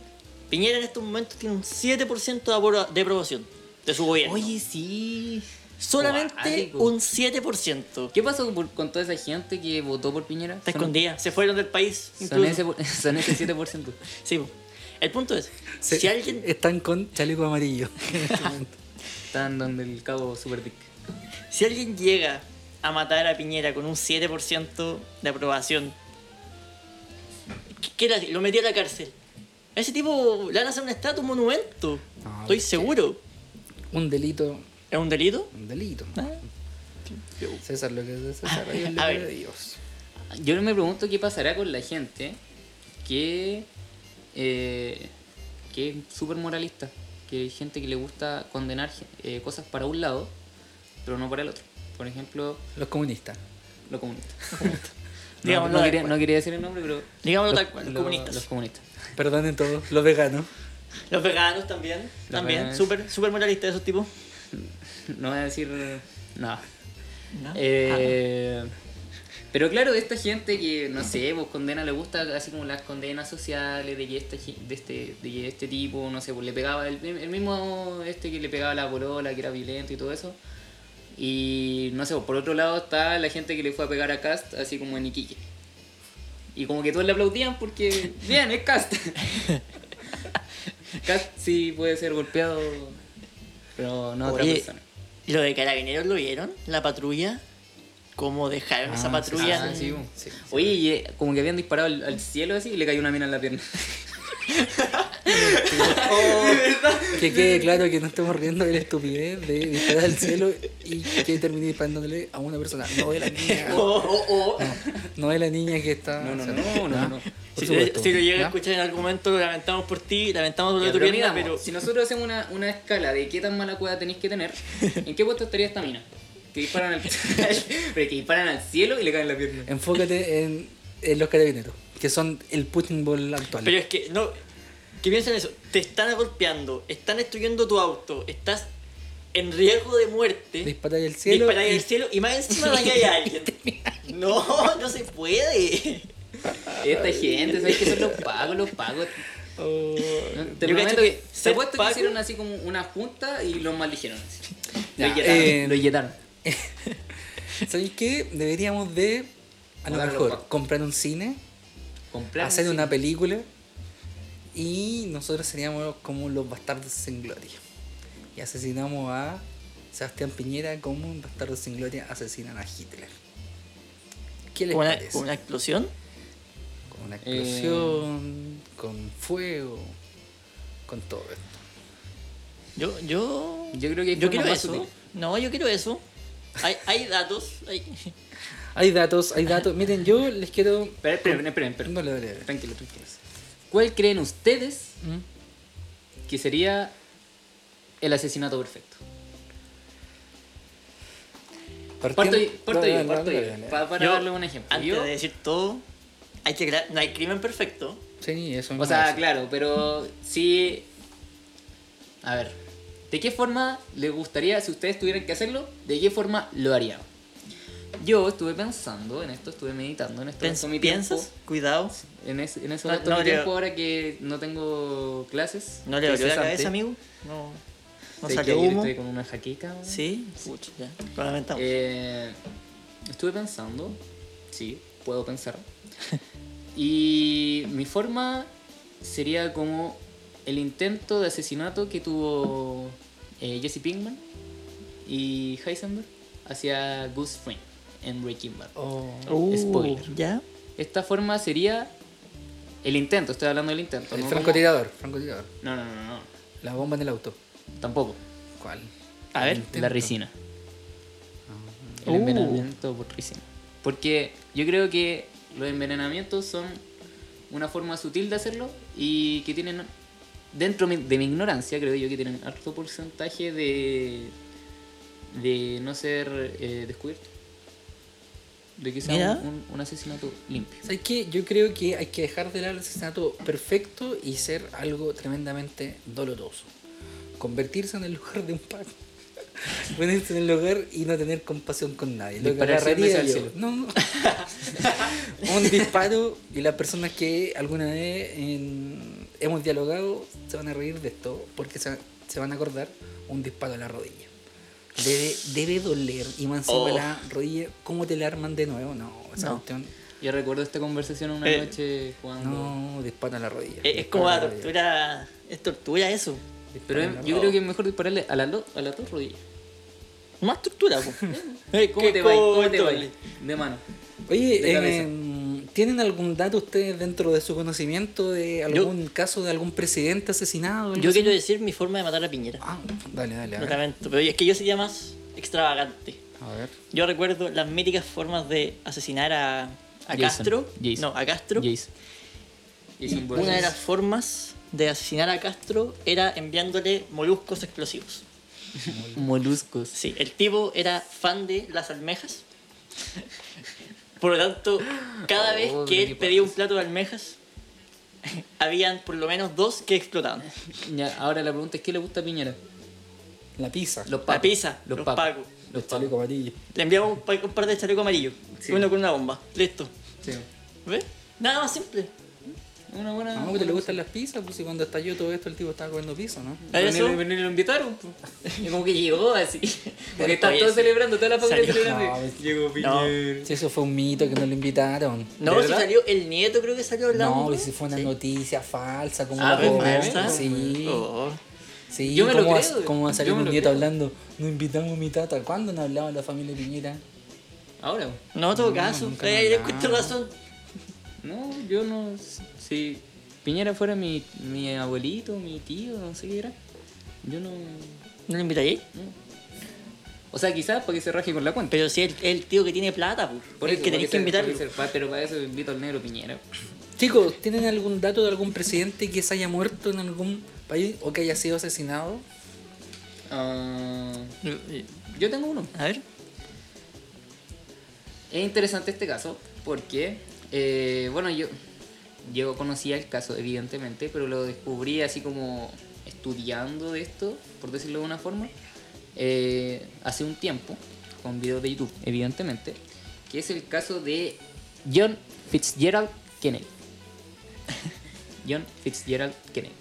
Speaker 2: Piñera en estos momentos tiene un 7% de apro- de aprobación de su gobierno.
Speaker 3: Oye, sí.
Speaker 2: Solamente
Speaker 3: Cuático.
Speaker 2: un 7%.
Speaker 3: ¿Qué pasó por- con toda esa gente que votó por Piñera?
Speaker 2: Está
Speaker 3: Son-
Speaker 2: escondida. Se fueron del país.
Speaker 3: Son
Speaker 2: Incluso.
Speaker 3: ese, por- son ese 7%.
Speaker 2: Sí, po. El punto es,
Speaker 1: Se-
Speaker 2: si alguien
Speaker 1: Están con chaleco amarillo. en este momento.
Speaker 3: Están donde el cabo Super Dick.
Speaker 2: Si alguien llega a matar a Piñera con un 7% de aprobación, ¿qué- qué le hace? lo metí a la cárcel. A ese tipo le van a hacer una estatua, un monumento.
Speaker 1: No,
Speaker 2: Estoy
Speaker 1: ¿qué?
Speaker 2: seguro.
Speaker 1: un delito.
Speaker 2: ¿Es un delito?
Speaker 1: Un delito.
Speaker 2: Ah.
Speaker 1: César, lo que es de César ahí es lo
Speaker 2: Uh. A
Speaker 1: que es
Speaker 2: ver.
Speaker 1: de Dios.
Speaker 3: Yo me pregunto qué pasará con la gente que, eh, que es súper moralista. Que hay gente que le gusta condenar eh, cosas para un lado, pero no para el otro. Por ejemplo,
Speaker 1: Los comunistas.
Speaker 3: los comunistas. no,
Speaker 2: Digámoslo
Speaker 3: no
Speaker 2: tal
Speaker 3: quería,
Speaker 2: cual.
Speaker 3: no quería decir el nombre, pero.
Speaker 2: Digámoslo
Speaker 3: los-
Speaker 2: tal cual, los
Speaker 3: lo-
Speaker 2: comunistas.
Speaker 3: Los comunistas.
Speaker 1: Perdonen todos, los veganos.
Speaker 2: Los veganos también. también.
Speaker 3: veganos.
Speaker 2: Súper súper moralistas esos tipos.
Speaker 3: No voy a decir nada.
Speaker 2: ¿no?
Speaker 3: Eh, pero claro, de esta gente que, no sé, pues condena, le gusta así como las condenas sociales, de que este, de este, de que este tipo, no sé, pues le pegaba, el, el mismo este que le pegaba la polola, que era violento y todo eso. Y no sé, pues, por otro lado está la gente que le fue a pegar a Cast, así como en Iquique. Y como que todos le aplaudían porque, bien, es Cast. Cast sí puede ser golpeado, pero no otra
Speaker 2: Oye,
Speaker 3: persona.
Speaker 2: ¿Lo de carabineros lo vieron? ¿La patrulla? cómo dejaron esa
Speaker 1: Ah,
Speaker 2: patrulla.
Speaker 3: Ah, sí, bu.
Speaker 1: Sí, sí.
Speaker 3: Oye, y, eh, como que habían disparado al, al cielo así y le cayó una mina en la pierna.
Speaker 1: Que quede claro que no estamos riendo de la estupidez de disparar al cielo y que termine disparándole a una persona. No de la niña.
Speaker 2: Oh,
Speaker 1: No de la niña que está.
Speaker 3: No, no, no, no, no.
Speaker 1: Por
Speaker 2: Ah. Si,
Speaker 1: supuesto.
Speaker 2: lo- si lo llegas
Speaker 1: ¿Ya?
Speaker 2: a escuchar en algún momento, lo lamentamos por ti, lamentamos por lo
Speaker 3: Ya,
Speaker 2: de tu
Speaker 3: pero
Speaker 2: pierna,
Speaker 3: midamos,
Speaker 2: pero
Speaker 3: Si nosotros hacemos una, una escala de qué tan mala cueva tenéis que tener, ¿en qué puesto estaría esta mina? Que disparan al, pero que disparan al cielo y le caen en la pierna.
Speaker 1: Enfócate en, en los carabineros, que son el punching ball actual.
Speaker 2: Pero es que, no. Que piensen eso. Te están golpeando, están destruyendo tu auto, estás en riesgo de muerte.
Speaker 1: Disparar al cielo.
Speaker 2: disparar
Speaker 1: y-
Speaker 2: al cielo y más encima dañar a alguien. No, no se puede.
Speaker 3: Esta gente, ¿sabes qué son los pagos? Los pagos. Te
Speaker 2: Yo
Speaker 3: prometo
Speaker 2: cacho que
Speaker 3: que. Te
Speaker 2: ser
Speaker 3: apuesto que
Speaker 2: pago-
Speaker 3: hicieron así como una junta y los maldijeron. así.
Speaker 1: Ya,
Speaker 3: Lo yetaron.
Speaker 1: eh,
Speaker 3: lo yetaron.
Speaker 1: ¿Sabéis qué? Deberíamos de, a lo
Speaker 3: Volar los
Speaker 1: mejor,
Speaker 3: pacos.
Speaker 1: comprar un cine,
Speaker 3: Comprar
Speaker 1: hacer
Speaker 3: así.
Speaker 1: una película y nosotros seríamos como los bastardos sin gloria. Y asesinamos a Sebastián Piñera como un bastardo sin gloria asesinan a Hitler. ¿Qué les
Speaker 2: ¿Con una,
Speaker 1: parece?
Speaker 2: con una eh, explosión?
Speaker 1: Con una explosión, con fuego, con todo esto.
Speaker 2: Yo, yo.
Speaker 3: Yo creo que hay
Speaker 2: yo
Speaker 3: formas
Speaker 2: quiero
Speaker 3: más
Speaker 2: eso.
Speaker 3: sutiles.
Speaker 2: No, yo quiero eso. Hay, hay datos. hay-
Speaker 1: Hay datos, hay datos. Miren, yo les quiero...
Speaker 3: Esperen, esperen, esperen, esperen.
Speaker 1: No le doy, le doy.
Speaker 3: Tranquilo, tranquilo. ¿Cuál creen ustedes
Speaker 1: ¿Mm?
Speaker 3: que sería el asesinato perfecto? Parto yo,
Speaker 1: Partiendo-
Speaker 3: parto
Speaker 1: Dale,
Speaker 3: yo,
Speaker 1: dale,
Speaker 3: parto
Speaker 1: dale,
Speaker 3: yo,
Speaker 1: dale.
Speaker 3: pa- Para
Speaker 2: Yo,
Speaker 3: darle un ejemplo.
Speaker 2: Antes
Speaker 3: Yo-
Speaker 2: de decir todo, hay que aclarar, no hay crimen perfecto.
Speaker 1: Sí, eso
Speaker 3: o
Speaker 1: mismo
Speaker 3: sea,
Speaker 1: es.
Speaker 3: claro, pero sí. A ver, ¿de qué forma les gustaría, si ustedes tuvieran que hacerlo, de qué forma lo harían? Yo estuve pensando en esto, estuve meditando en esto.
Speaker 2: Pens-
Speaker 3: gastó mi
Speaker 2: ¿Piensas?
Speaker 3: tiempo-
Speaker 2: Cuidado.
Speaker 3: En, es- en eso
Speaker 2: No-
Speaker 3: gastó
Speaker 2: no
Speaker 3: mi
Speaker 2: le-
Speaker 3: tiempo ahora que no tengo clases.
Speaker 2: No le
Speaker 3: soy
Speaker 2: dolió la
Speaker 3: cesante.
Speaker 2: cabeza, amigo. No, no
Speaker 3: Sé que
Speaker 2: salió
Speaker 3: ayer
Speaker 2: humo.
Speaker 3: Estoy con una jaqueca. weón.
Speaker 2: Sí, pucha, ya. Lo lamentamos.
Speaker 3: Eh, estuve pensando, sí, puedo pensar. Y mi forma sería como el intento de asesinato que tuvo eh, Jesse Pinkman y Heisenberg hacia Gus Fring en Breaking Bad.
Speaker 1: Oh.
Speaker 2: Uh,
Speaker 3: spoiler.
Speaker 2: Ya.
Speaker 3: Esta forma sería el intento, estoy hablando del intento.
Speaker 1: El
Speaker 3: no
Speaker 1: francotirador, francotirador.
Speaker 3: como- No, no, no, no,
Speaker 1: La bomba en el auto.
Speaker 3: tampoco.
Speaker 1: ¿Cuál?
Speaker 2: A ver.
Speaker 3: La
Speaker 1: Intento.
Speaker 3: resina. El
Speaker 2: Uh.
Speaker 3: envenenamiento por resina. Porque yo creo que los envenenamientos son una forma sutil de hacerlo y que tienen, dentro mi- de mi ignorancia, creo yo que tienen alto porcentaje de, de no ser eh, descubierto. De que sea
Speaker 2: Mira.
Speaker 3: un, un- un asesinato limpio.
Speaker 1: ¿Sabes qué? Yo creo que hay que dejar de lado el asesinato perfecto y ser algo tremendamente doloroso. Convertirse en el lugar de un paco. Ponerse en el lugar y no tener compasión con nadie. Lo que
Speaker 3: Disparar cien
Speaker 1: agarraría
Speaker 3: veces al
Speaker 1: yo.
Speaker 3: cielo.
Speaker 1: No, no. un disparo y las personas que alguna vez en- hemos dialogado se van a reír de esto porque se, se van a acordar un disparo a la rodilla. Debe, debe doler y más encima
Speaker 2: Oh.
Speaker 1: la rodilla, ¿cómo te la arman de nuevo? No, esa
Speaker 2: No.
Speaker 1: cuestión-
Speaker 3: Yo recuerdo esta conversación una
Speaker 2: Eh,
Speaker 3: noche jugando.
Speaker 1: no, dispara a la rodilla.
Speaker 2: Es, es
Speaker 1: dispara
Speaker 2: como
Speaker 1: a
Speaker 2: la
Speaker 1: la rodilla.
Speaker 2: tortura. Es tortura eso.
Speaker 3: Pero
Speaker 1: Dispararle a la
Speaker 3: yo creo
Speaker 2: rodilla.
Speaker 3: que es mejor dispararle a las dos a las dos rodillas.
Speaker 2: Más tortura, po.
Speaker 3: Eh, ¿Cómo
Speaker 2: qué
Speaker 3: te va? ¿Cómo te va?
Speaker 2: corto.
Speaker 3: De mano.
Speaker 1: Oye,
Speaker 3: de cabeza.
Speaker 1: em, ¿tienen algún dato ustedes dentro de su conocimiento de algún caso de algún presidente asesinado? algo
Speaker 2: Yo
Speaker 1: así?
Speaker 2: quiero decir mi forma de matar a Piñera.
Speaker 1: Ah, dale, dale, a
Speaker 2: Lo
Speaker 1: ver.
Speaker 2: lamento, pero es que yo sería más extravagante.
Speaker 1: A ver.
Speaker 2: Yo recuerdo las míticas formas de asesinar a, a
Speaker 3: Jason,
Speaker 2: Castro.
Speaker 3: Jason.
Speaker 2: No, a Castro.
Speaker 3: Jason. Jason Bourne.
Speaker 2: Una de las formas de asesinar a Castro era enviándole moluscos explosivos.
Speaker 3: Moluscos.
Speaker 2: Sí, el tipo era fan de las almejas. Por lo tanto, cada
Speaker 3: Oh,
Speaker 2: vez
Speaker 3: qué
Speaker 2: que él pedía un plato de almejas, habían por lo menos dos que explotaban.
Speaker 3: Ya, ahora la pregunta es: ¿qué le gusta a Piñera?
Speaker 1: La pizza.
Speaker 3: Los
Speaker 2: La pizza, los
Speaker 3: pacos.
Speaker 2: pacos.
Speaker 3: Los
Speaker 1: El
Speaker 3: pacos.
Speaker 1: chaleco amarillo.
Speaker 2: Le enviaba un, pa- un par de chalecos amarillos,
Speaker 3: Sí.
Speaker 2: uno con una bomba. Listo.
Speaker 3: Sí.
Speaker 2: ¿Ves? Nada más simple.
Speaker 3: Una buena.
Speaker 1: No,
Speaker 2: Ah,
Speaker 1: pero le gustan las pizzas, pues si cuando estalló todo esto el tipo estaba comiendo pizza, ¿no?
Speaker 2: ¿A
Speaker 3: Venir,
Speaker 2: eso?
Speaker 3: venir lo invitaron. po. Y como que llegó así. Porque están
Speaker 2: Oye,
Speaker 3: todos
Speaker 2: sí.
Speaker 3: celebrando, toda la familia
Speaker 2: Salió.
Speaker 3: celebrando.
Speaker 1: No,
Speaker 3: Llegó
Speaker 2: Piñera.
Speaker 1: Si eso fue un mito que no lo invitaron.
Speaker 2: No,
Speaker 3: ¿De
Speaker 2: si
Speaker 3: verdad?
Speaker 2: salió el nieto, creo que salió hablando. pues,
Speaker 1: No, y si fue una noticia falsa, como
Speaker 3: Ah,
Speaker 1: lo
Speaker 3: ¿fue
Speaker 1: ponen,
Speaker 3: falsa?
Speaker 1: Sí.
Speaker 2: Oh.
Speaker 1: Sí,
Speaker 3: Yo me lo
Speaker 1: ¿cómo va-
Speaker 3: creo.
Speaker 1: ¿Cómo va a salir
Speaker 3: Yo me
Speaker 1: un
Speaker 3: lo
Speaker 1: nieto
Speaker 3: creo.
Speaker 1: hablando? No invitamos a mi tata. ¿Cuándo no hablaba la familia Piñera?
Speaker 3: Ahora.
Speaker 2: No, todo
Speaker 1: No,
Speaker 2: caso.
Speaker 1: nunca
Speaker 2: Ahí
Speaker 1: me
Speaker 2: le
Speaker 1: han
Speaker 2: encuentro
Speaker 1: dado.
Speaker 2: razón.
Speaker 3: No, yo no. Si Piñera fuera mi, mi abuelito, mi tío, no sé qué era, yo no.
Speaker 2: ¿No lo invitáis?
Speaker 3: O sea, quizás para que se raje con la cuenta.
Speaker 2: Pero si es el, el tío que tiene plata, pues. Por el
Speaker 3: eso,
Speaker 2: que
Speaker 3: para
Speaker 2: tenéis que
Speaker 3: se- para
Speaker 2: invitarlo.
Speaker 3: se- pa- pero para eso invito al negro Piñera.
Speaker 1: Chicos, ¿tienen algún dato de algún presidente que se haya muerto en algún país o que haya sido asesinado?
Speaker 3: Ah, yo tengo uno.
Speaker 2: Mm, A ver.
Speaker 3: Es interesante este caso porque, eh, bueno, yo, yo conocía el caso, evidentemente, pero lo descubrí así como estudiando de esto, por decirlo de una forma, eh, hace un tiempo, con videos de YouTube, evidentemente, que es el caso de John Fitzgerald Kennedy. John Fitzgerald Kennedy.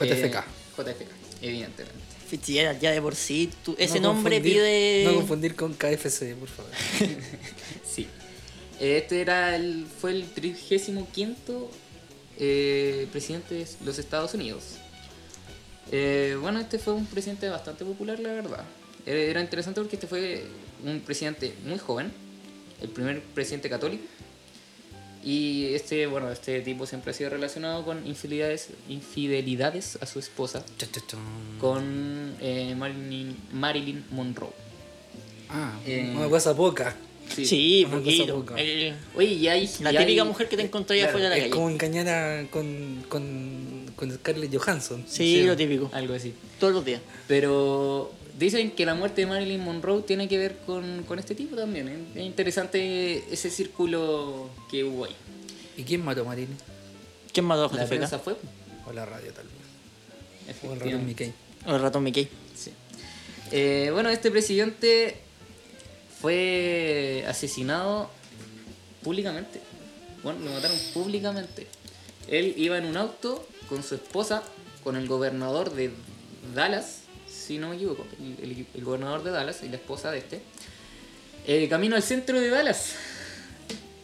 Speaker 1: JFK.
Speaker 3: Eh, JFK, evidentemente.
Speaker 2: Fitzgerald, ya de por sí. tú- ese
Speaker 1: No
Speaker 2: nombre
Speaker 1: confundir-
Speaker 2: pide.
Speaker 1: No confundir con KFC, por favor.
Speaker 3: Sí. Este era el, fue el 35 eh, presidente de los Estados Unidos. Eh, bueno, este fue un presidente bastante popular, la verdad. Era, era interesante porque este fue un presidente muy joven, el primer presidente católico. Y este, bueno, este tipo siempre ha sido relacionado con infidelidades, infidelidades a su esposa,
Speaker 1: Cha, cha, chon.
Speaker 3: con eh, Marilyn, Marilyn Monroe.
Speaker 1: Ah,
Speaker 3: Eh,
Speaker 1: una cosa poca.
Speaker 2: sí,
Speaker 1: una cosa
Speaker 2: poquito. Eh,
Speaker 1: poca.
Speaker 2: El-
Speaker 3: Oye, y hay-
Speaker 2: la
Speaker 3: y hay-
Speaker 2: típica mujer que te encontraría
Speaker 3: Claro,
Speaker 2: afuera de la
Speaker 1: Es
Speaker 2: calle.
Speaker 1: como engañar a, con, con, con Scarlett Johansson.
Speaker 2: Sí, lo típico.
Speaker 3: Algo así.
Speaker 2: Todos los días.
Speaker 3: Pero dicen que la muerte de Marilyn Monroe tiene que ver con, con este tipo también. ¿eh? Es interesante ese círculo que hubo ahí.
Speaker 1: ¿Y quién mató a Marilyn?
Speaker 2: ¿Quién mató a
Speaker 3: La prensa
Speaker 2: JFK?
Speaker 3: fue.
Speaker 1: O la radio, tal vez. O el ratón
Speaker 3: efectivamente.
Speaker 1: Mickey.
Speaker 2: O el ratón Mickey.
Speaker 3: Sí. Eh, bueno, este presidente fue asesinado públicamente. Bueno, lo mataron públicamente. Él iba en un auto con su esposa, con el gobernador de Dallas, si no me equivoco, el, el- el gobernador de Dallas y la esposa de este. Eh, camino al centro de Dallas.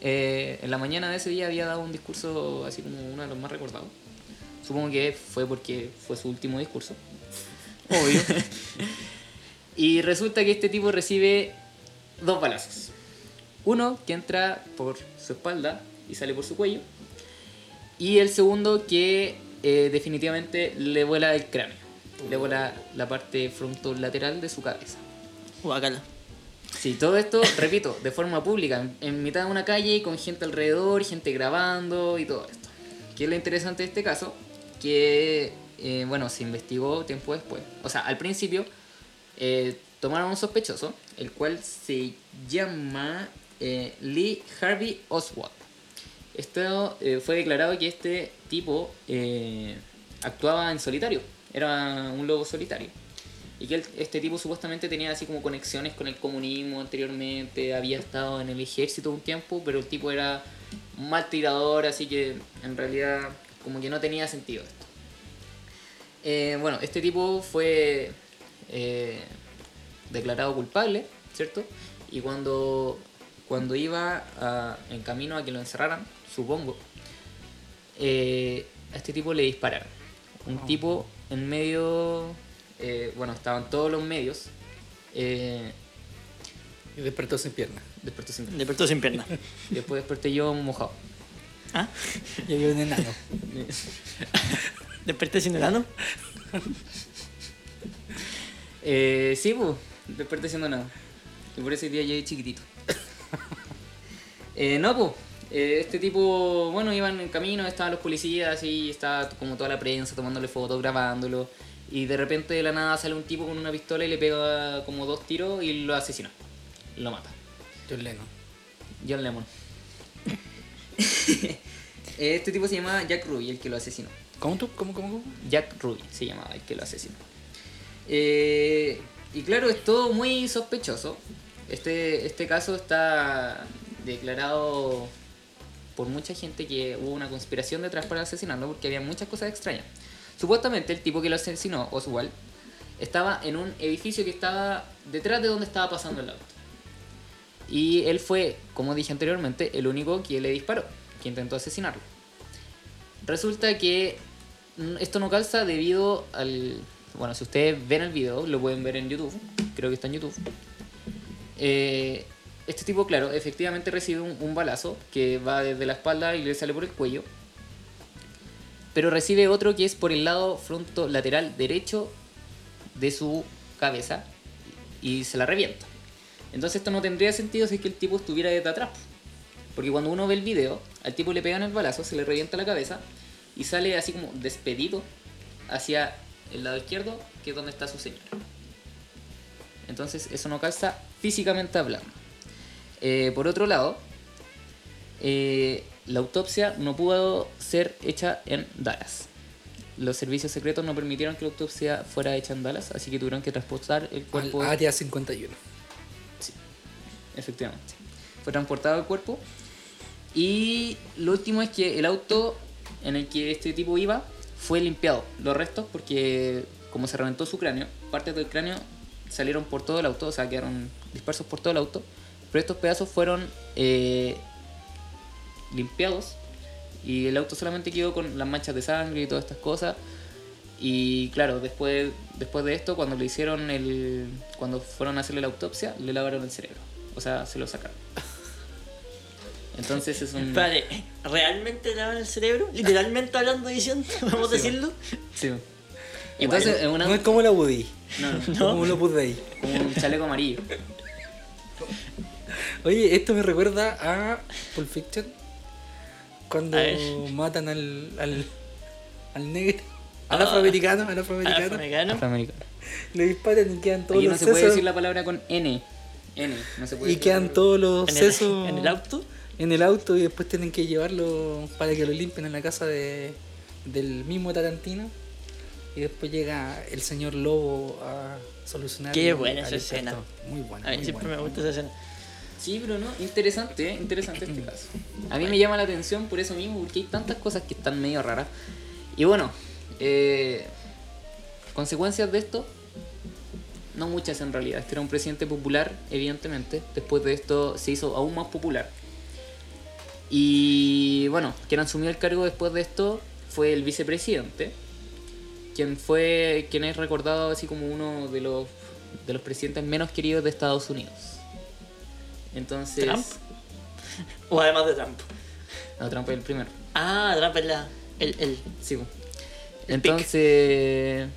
Speaker 3: Eh, en la mañana de ese día había dado un discurso así como uno de los más recordados. Supongo que fue porque fue su último discurso. Obvio. y resulta que este tipo recibe dos balazos. Uno que entra por su espalda y sale por su cuello. Y el segundo que eh, definitivamente le vuela el cráneo. Le vuela la parte frontolateral de su cabeza.
Speaker 2: Guacala.
Speaker 3: Sí, todo esto, repito, de forma pública, en, en mitad de una calle, con gente alrededor, gente grabando y todo esto. ¿Qué es lo interesante de este caso? Que, eh, bueno, se investigó tiempo después. O sea, al principio eh, tomaron un sospechoso, el cual se llama eh, Lee Harvey Oswald. Esto eh, fue declarado que este tipo eh, actuaba en solitario, era un lobo solitario. Y que el- este tipo supuestamente tenía así como conexiones con el comunismo anteriormente, había estado en el ejército un tiempo, pero el tipo era un mal tirador, así que en realidad como que no tenía sentido esto. Eh, bueno, este tipo fue eh, declarado culpable, ¿cierto? Y cuando, cuando iba a- en camino a que lo encerraran, supongo, eh, a este tipo le dispararon. Un tipo en medio, eh, bueno, estaban todos los medios, eh,
Speaker 1: Y despertó sin pierna.
Speaker 3: despertó sin mí.
Speaker 2: Despertó sin pierna.
Speaker 3: Después desperté yo mojado.
Speaker 2: ¿Ah?
Speaker 1: Y había un enano.
Speaker 2: ¿Desperté sin helado?
Speaker 1: Mm.
Speaker 3: Eh, sí, pues, desperté siendo nada. Y por ese día llegué chiquitito. Eh, no, pues, este tipo, bueno, iban en camino, estaban los policías y estaba como toda la prensa tomándole fotos, grabándolo. Y de repente de la nada sale un tipo con una pistola y le pega como dos tiros y lo asesina. Lo mata.
Speaker 1: John Lennon.
Speaker 3: John Lemon. este tipo se llama Jack Ruby, el que lo asesinó.
Speaker 1: ¿Cómo tú? ¿Cómo, cómo, cómo?
Speaker 3: Jack Ruby se llamaba el que lo asesinó. Eh, y claro, es todo muy sospechoso. Este, este caso está declarado por mucha gente que hubo una conspiración detrás para asesinarlo porque había muchas cosas extrañas. Supuestamente el tipo que lo asesinó, Oswald, estaba en un edificio que estaba detrás de donde estaba pasando el auto. Y él fue, como dije anteriormente, el único que le disparó, que intentó asesinarlo. Resulta que mm, esto no calza debido al... Bueno, si ustedes ven el video, lo pueden ver en YouTube. Creo que está en YouTube. Eh, este tipo, claro, efectivamente recibe un, un balazo que va desde la espalda y le sale por el cuello. Pero recibe otro que es por el lado fronto lateral derecho de su cabeza y se la revienta. Entonces esto no tendría sentido si es que el tipo estuviera desde atrás. Porque cuando uno ve el video, al tipo le pegan el balazo, se le revienta la cabeza y sale así como despedido hacia el lado izquierdo, que es donde está su señora. Entonces eso no calza físicamente hablando. Eh, por otro lado, eh, la autopsia no pudo ser hecha en Dallas. Los servicios secretos no permitieron que la autopsia fuera hecha en Dallas, así que tuvieron que transportar el cuerpo.
Speaker 1: Al área 51.
Speaker 3: Efectivamente. Fue transportado el cuerpo. Y lo último es que el auto en el que este tipo iba fue limpiado. Los restos, porque como se reventó su cráneo, partes del cráneo salieron por todo el auto, o sea, quedaron dispersos por todo el auto. Pero estos pedazos fueron eh, limpiados y el auto solamente quedó con las manchas de sangre y todas estas cosas. Y claro, después, después de esto, cuando le hicieron el. cuando fueron a hacerle la autopsia, le lavaron el cerebro. O sea, se lo sacaron. Entonces es un.
Speaker 2: Espérate, ¿realmente le lavan el cerebro? Literalmente hablando, diciendo, vamos a
Speaker 3: Sí,
Speaker 2: decirlo.
Speaker 3: Sí. Entonces es una.
Speaker 1: No es como la Woody.
Speaker 3: no, no,
Speaker 1: No. Como lo puse ahí.
Speaker 3: como un chaleco amarillo.
Speaker 1: Oye, esto me recuerda a Pulp Fiction. Cuando
Speaker 2: A ver.
Speaker 1: matan al. al. al negro. Al
Speaker 2: Ah.
Speaker 1: afroamericano, al afroamericano.
Speaker 2: Afroamericano.
Speaker 3: Afroamericano.
Speaker 1: Le disparan y quedan todos
Speaker 3: Oye, no
Speaker 1: los
Speaker 3: se puede
Speaker 1: sesos.
Speaker 3: decir la palabra con N. N, no se puede
Speaker 1: Y
Speaker 3: decir la
Speaker 1: quedan
Speaker 3: palabra.
Speaker 1: todos los
Speaker 2: En
Speaker 1: sesos
Speaker 2: el, en el auto.
Speaker 1: en el auto y después tienen que llevarlo para que lo limpien en la casa de, del mismo Tarantino. Y después llega el señor Lobo a solucionar.
Speaker 2: Qué
Speaker 1: el-
Speaker 2: buena esa
Speaker 1: al
Speaker 2: escena.
Speaker 1: experto. Muy buena.
Speaker 2: A mí
Speaker 1: muy
Speaker 2: siempre
Speaker 1: buena.
Speaker 2: me gusta esa escena.
Speaker 3: Sí, pero no, interesante, ¿eh? interesante este caso. A mí me llama la atención por eso mismo, porque hay tantas cosas que están medio raras. Y bueno, eh, consecuencias de esto, no muchas en realidad. Este era un presidente popular, evidentemente. Después de esto se hizo aún más popular. Y bueno, quien asumió el cargo después de esto fue el vicepresidente, quien fue, quien es recordado así como uno de los, de los presidentes menos queridos de Estados Unidos. Entonces,
Speaker 2: Trump. O además de Trump.
Speaker 3: no, Trump es el primero.
Speaker 2: Ah, Trump es la. El, el.
Speaker 3: Sí. po.
Speaker 2: El pic.
Speaker 3: Entonces,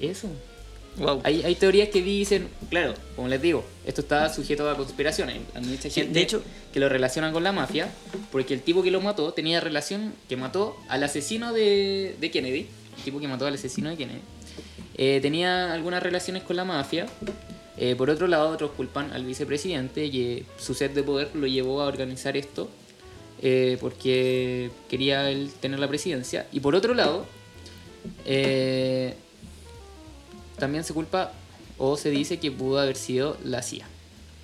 Speaker 3: eso.
Speaker 2: Wow.
Speaker 3: Hay, hay teorías que dicen, claro, como les digo, esto está sujeto a conspiraciones. Hay mucha
Speaker 2: Sí,
Speaker 3: gente
Speaker 2: de hecho-
Speaker 3: que lo relacionan con la mafia, porque el tipo que lo mató tenía relación, que mató al asesino de, de Kennedy, el tipo que mató al asesino de Kennedy, eh, tenía algunas relaciones con la mafia. Eh, por otro lado, otros culpan al vicepresidente que su sed de poder lo llevó a organizar esto eh, porque quería él tener la presidencia. Y por otro lado, eh, también se culpa o se dice que pudo haber sido la CIA,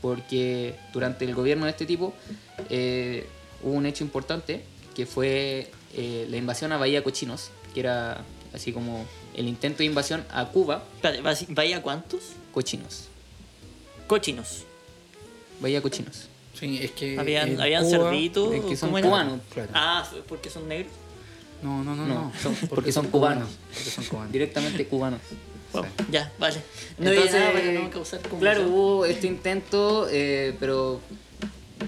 Speaker 3: porque durante el gobierno de este tipo eh, hubo un hecho importante que fue eh, la invasión a Bahía Cochinos, que era así como el intento de invasión a Cuba,
Speaker 2: Espérate, ¿va a- ¿vaya cuántos?
Speaker 3: Cochinos,
Speaker 2: Cochinos.
Speaker 3: Bahía Cochinos.
Speaker 1: Sí, es que.
Speaker 2: Habían,
Speaker 1: en
Speaker 2: habían
Speaker 1: Cuba-
Speaker 2: cerdito.
Speaker 3: Eh, es que son
Speaker 2: ¿cómo era?
Speaker 3: cubanos.
Speaker 1: Claro.
Speaker 2: Ah, fue porque son negros.
Speaker 1: No, no, no, no.
Speaker 3: No, son- porque son cubanos.
Speaker 1: Porque son cubanos.
Speaker 3: directamente cubanos.
Speaker 2: Wow, Ya, vale. No
Speaker 3: Entonces,
Speaker 2: había nada para no causar
Speaker 3: claro,
Speaker 2: confusión.
Speaker 3: hubo este intento, eh, pero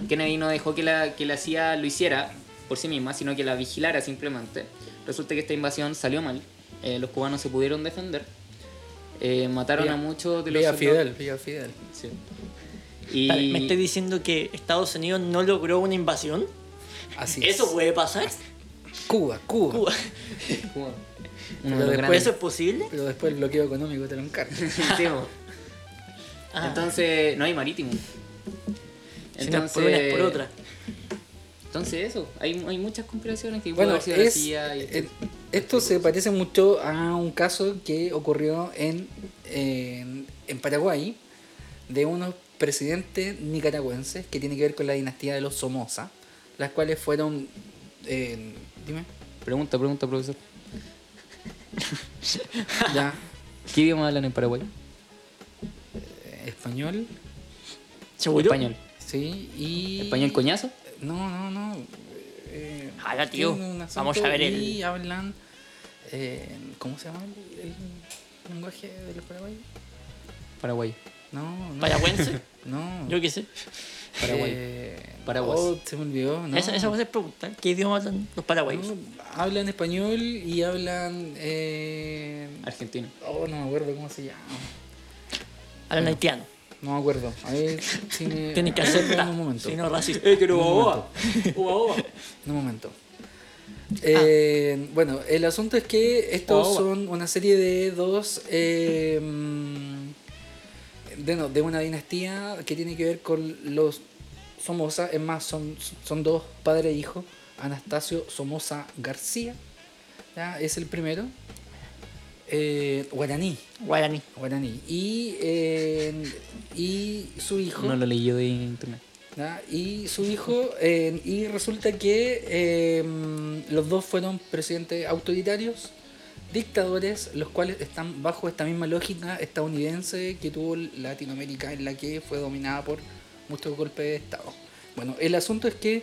Speaker 3: Kennedy no dejó que la, que la CIA lo hiciera por sí misma, sino que la vigilara simplemente. Resulta que esta invasión salió mal, eh, los cubanos se pudieron defender, eh, mataron
Speaker 1: Villa-
Speaker 3: a muchos de los...
Speaker 1: Villa
Speaker 3: soldados-
Speaker 1: Fidel, Villa Fidel.
Speaker 3: Sí. Y,
Speaker 2: Espérate, ¿Me estoy diciendo que Estados Unidos no logró una invasión?
Speaker 1: Así es.
Speaker 2: ¿Eso puede pasar?
Speaker 1: Cuba, Cuba.
Speaker 2: Cuba.
Speaker 3: Cuba,
Speaker 1: Pero
Speaker 3: uno de los
Speaker 1: después-
Speaker 3: grandes.
Speaker 2: ¿Eso es posible?
Speaker 1: Pero después el bloqueo económico te lo encarga.
Speaker 3: Sí, bo.
Speaker 2: Ah.
Speaker 3: Entonces, no hay marítimo.
Speaker 2: Si no es por una, es por otra.
Speaker 3: Entonces eso, hay, hay muchas conspiraciones que
Speaker 1: Bueno,
Speaker 3: puede haber sido
Speaker 1: es-
Speaker 3: la CIA y- este-
Speaker 1: eh, esto se parece mucho a un caso que ocurrió en, en, en Paraguay de unos presidentes nicaragüenses que tiene que ver con la dinastía de los Somoza, las cuales fueron... eh, dime.
Speaker 3: Pregunta, pregunta, profesor.
Speaker 1: Ya.
Speaker 3: ¿Qué idioma hablan en Paraguay?
Speaker 1: eh, Español.
Speaker 2: ¿Seguro?
Speaker 3: Español.
Speaker 1: Sí. Y...
Speaker 3: ¿Español coñazo?
Speaker 1: No, no, no. eh,
Speaker 2: Ahora, tío,
Speaker 1: tienen un
Speaker 2: vamos a ver
Speaker 1: acento
Speaker 2: el-
Speaker 1: Y hablan... eh, ¿Cómo se llama el, el lenguaje de los paraguayos?
Speaker 3: Paraguay.
Speaker 1: No, no.
Speaker 2: ¿Payagüense?
Speaker 1: No.
Speaker 2: Yo qué sé.
Speaker 1: Paraguay.
Speaker 3: Eh, Paraguas.
Speaker 1: Oh, se me olvidó. No.
Speaker 2: Esa, esa cosa es preguntar. ¿Qué idioma hablan los paraguayos?
Speaker 1: No, hablan español y hablan. Eh...
Speaker 3: Argentina.
Speaker 1: Oh, no me acuerdo cómo se llama.
Speaker 2: Hablan haitiano.
Speaker 1: No me acuerdo. A ver si me.
Speaker 2: Tienen que
Speaker 1: a ver,
Speaker 2: aceptar.
Speaker 1: dame Un momento.
Speaker 2: Si no, racista.
Speaker 3: ¡Eh, que no boba! ¡Uba, uba!
Speaker 1: Un momento. Eh, bueno, el asunto es que estos
Speaker 3: Ah. Oh.
Speaker 1: son una serie de dos. eh, mm, de, no, de una dinastía que tiene que ver con los Somoza. Es más, son, son dos padre e hijo. Anastasio Somoza García ¿ya? es el primero. Eh, guaraní.
Speaker 2: Guaraní.
Speaker 1: Guaraní. Y, eh, y su hijo.
Speaker 3: No lo leí yo de internet.
Speaker 1: ¿ya? Y su hijo, eh, y resulta que eh, los dos fueron presidentes autoritarios, dictadores, los cuales están bajo esta misma lógica estadounidense que tuvo Latinoamérica, en la que fue dominada por muchos golpes de Estado. Bueno, el asunto es que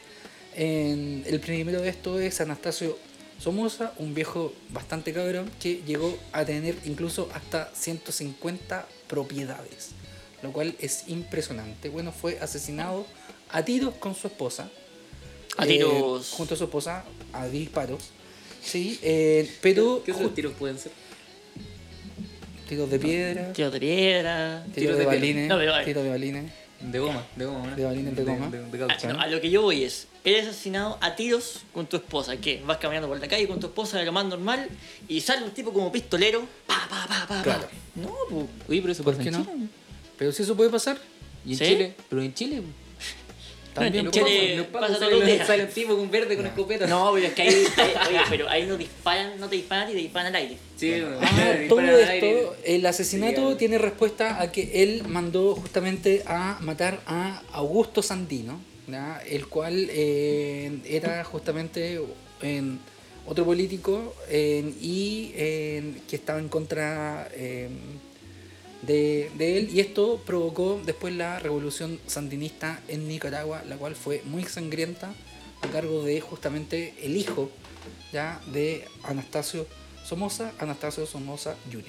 Speaker 1: eh, el primero de esto es Anastasio Somoza, un viejo bastante cabrón que llegó a tener incluso hasta 150 propiedades lo cual es impresionante. Bueno, fue asesinado a tiros con su esposa.
Speaker 2: A
Speaker 1: Eh,
Speaker 2: tiros.
Speaker 1: junto a su esposa, a disparos. Sí, eh, pero
Speaker 3: ¿Qué
Speaker 1: ju-
Speaker 3: otros tiros pueden ser?
Speaker 1: tiros de piedra, tiros,
Speaker 2: Tiro de piedra.
Speaker 1: de,
Speaker 3: de piedra.
Speaker 1: balines,
Speaker 2: No, pero-
Speaker 1: tiros de balines.
Speaker 3: De goma, de goma, ¿no?
Speaker 1: De balines de goma.
Speaker 3: De, de
Speaker 2: Ah,
Speaker 3: gaucho,
Speaker 2: no,
Speaker 3: ¿no?
Speaker 2: a lo que yo voy es, eres asesinado a tiros con tu esposa, que vas caminando por la calle con tu esposa de lo más normal y sale un tipo como pistolero, pa, pa, pa, pa, pa.
Speaker 1: Claro.
Speaker 2: No, pu.
Speaker 3: ah, Oye, pero eso
Speaker 1: ¿Por
Speaker 3: pasa
Speaker 1: qué
Speaker 3: en
Speaker 1: no?
Speaker 3: Chile.
Speaker 1: Pero si eso puede pasar,
Speaker 3: ¿Y en
Speaker 2: ¿Sí?
Speaker 3: Chile? Pero en Chile. po.
Speaker 1: también
Speaker 2: en
Speaker 1: puede
Speaker 2: Chile-
Speaker 1: pasar.
Speaker 3: Los pacos
Speaker 2: pasa todos
Speaker 3: salen-
Speaker 2: los días.
Speaker 3: Sale un tipo con verde con escopeta.
Speaker 2: No, pero es que ahí, ahí- oye, pero ahí no disparan, no te disparan a ti, te disparan al aire.
Speaker 3: Sí, bueno,
Speaker 1: Ah,
Speaker 3: disparan
Speaker 1: todo
Speaker 3: al aire.
Speaker 1: esto, el asesinato
Speaker 3: Sí, claro.
Speaker 1: tiene respuesta a que él mandó justamente a matar a Augusto Sandino, ¿ya? el cual eh, era justamente en otro político en- y en- que estaba en contra eh, de, de él. Y esto provocó después la revolución sandinista en Nicaragua, la cual fue muy sangrienta a cargo de justamente el hijo ya de Anastasio Somoza, Anastasio Somoza Jr.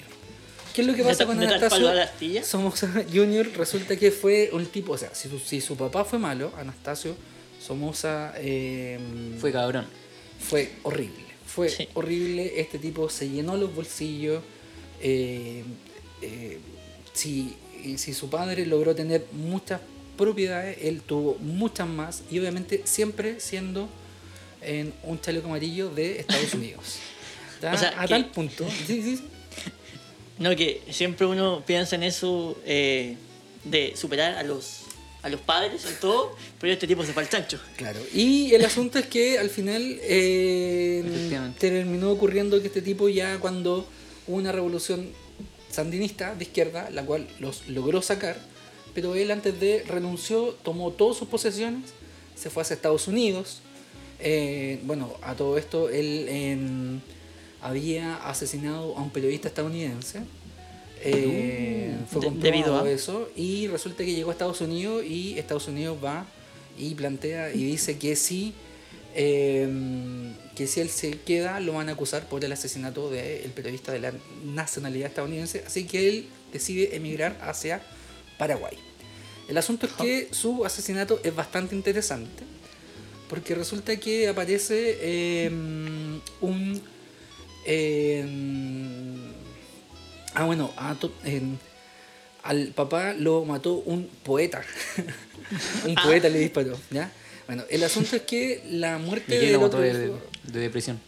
Speaker 1: ¿Qué es lo que
Speaker 2: ¿De
Speaker 1: pasa
Speaker 2: ta-
Speaker 1: con
Speaker 2: de tal palo
Speaker 1: Anastasio
Speaker 2: a la astilla?
Speaker 1: Somoza Jr.? Resulta que fue un tipo, o sea, si su, si su papá fue malo, Anastasio Somoza eh,
Speaker 3: Fue cabrón.
Speaker 1: fue horrible. Fue
Speaker 2: Sí.
Speaker 1: horrible. Este tipo se llenó los bolsillos. eh, eh, si, y si su padre logró tener muchas propiedades, él tuvo muchas más. Y obviamente siempre siendo en un chaleco amarillo de Estados Unidos. Ya,
Speaker 2: O sea,
Speaker 1: a
Speaker 2: que-
Speaker 1: tal punto. Sí, sí, sí.
Speaker 2: No, que siempre uno piensa en eso eh, de superar a los, a los padres en todo, pero este tipo se fue al chancho.
Speaker 1: Claro. Y el asunto es que al final eh,
Speaker 3: Efectivamente.
Speaker 1: terminó ocurriendo que este tipo ya cuando hubo una revolución sandinista de izquierda, la cual los logró sacar, pero él antes de renunció, tomó todas sus posesiones, se fue hacia Estados Unidos. Eh, bueno, a todo esto él em, había asesinado a un periodista estadounidense. Eh, fue
Speaker 2: De-
Speaker 1: comprobado
Speaker 2: debido a-
Speaker 1: eso y resulta que llegó a Estados Unidos y Estados Unidos va y plantea y dice que si eh, que si él se queda lo van a acusar por el asesinato del periodista de la nacionalidad estadounidense así que él decide emigrar hacia Paraguay el asunto es que su asesinato es bastante interesante porque resulta que aparece eh, un eh, ah bueno a to- en- al papá lo mató un poeta. un
Speaker 3: Ah.
Speaker 1: poeta le disparó, ¿ya? Bueno, el asunto es que la muerte
Speaker 3: Y yo
Speaker 1: del
Speaker 3: lo mató pues,
Speaker 1: otro
Speaker 3: de,
Speaker 1: hijo-
Speaker 3: de- de depresión.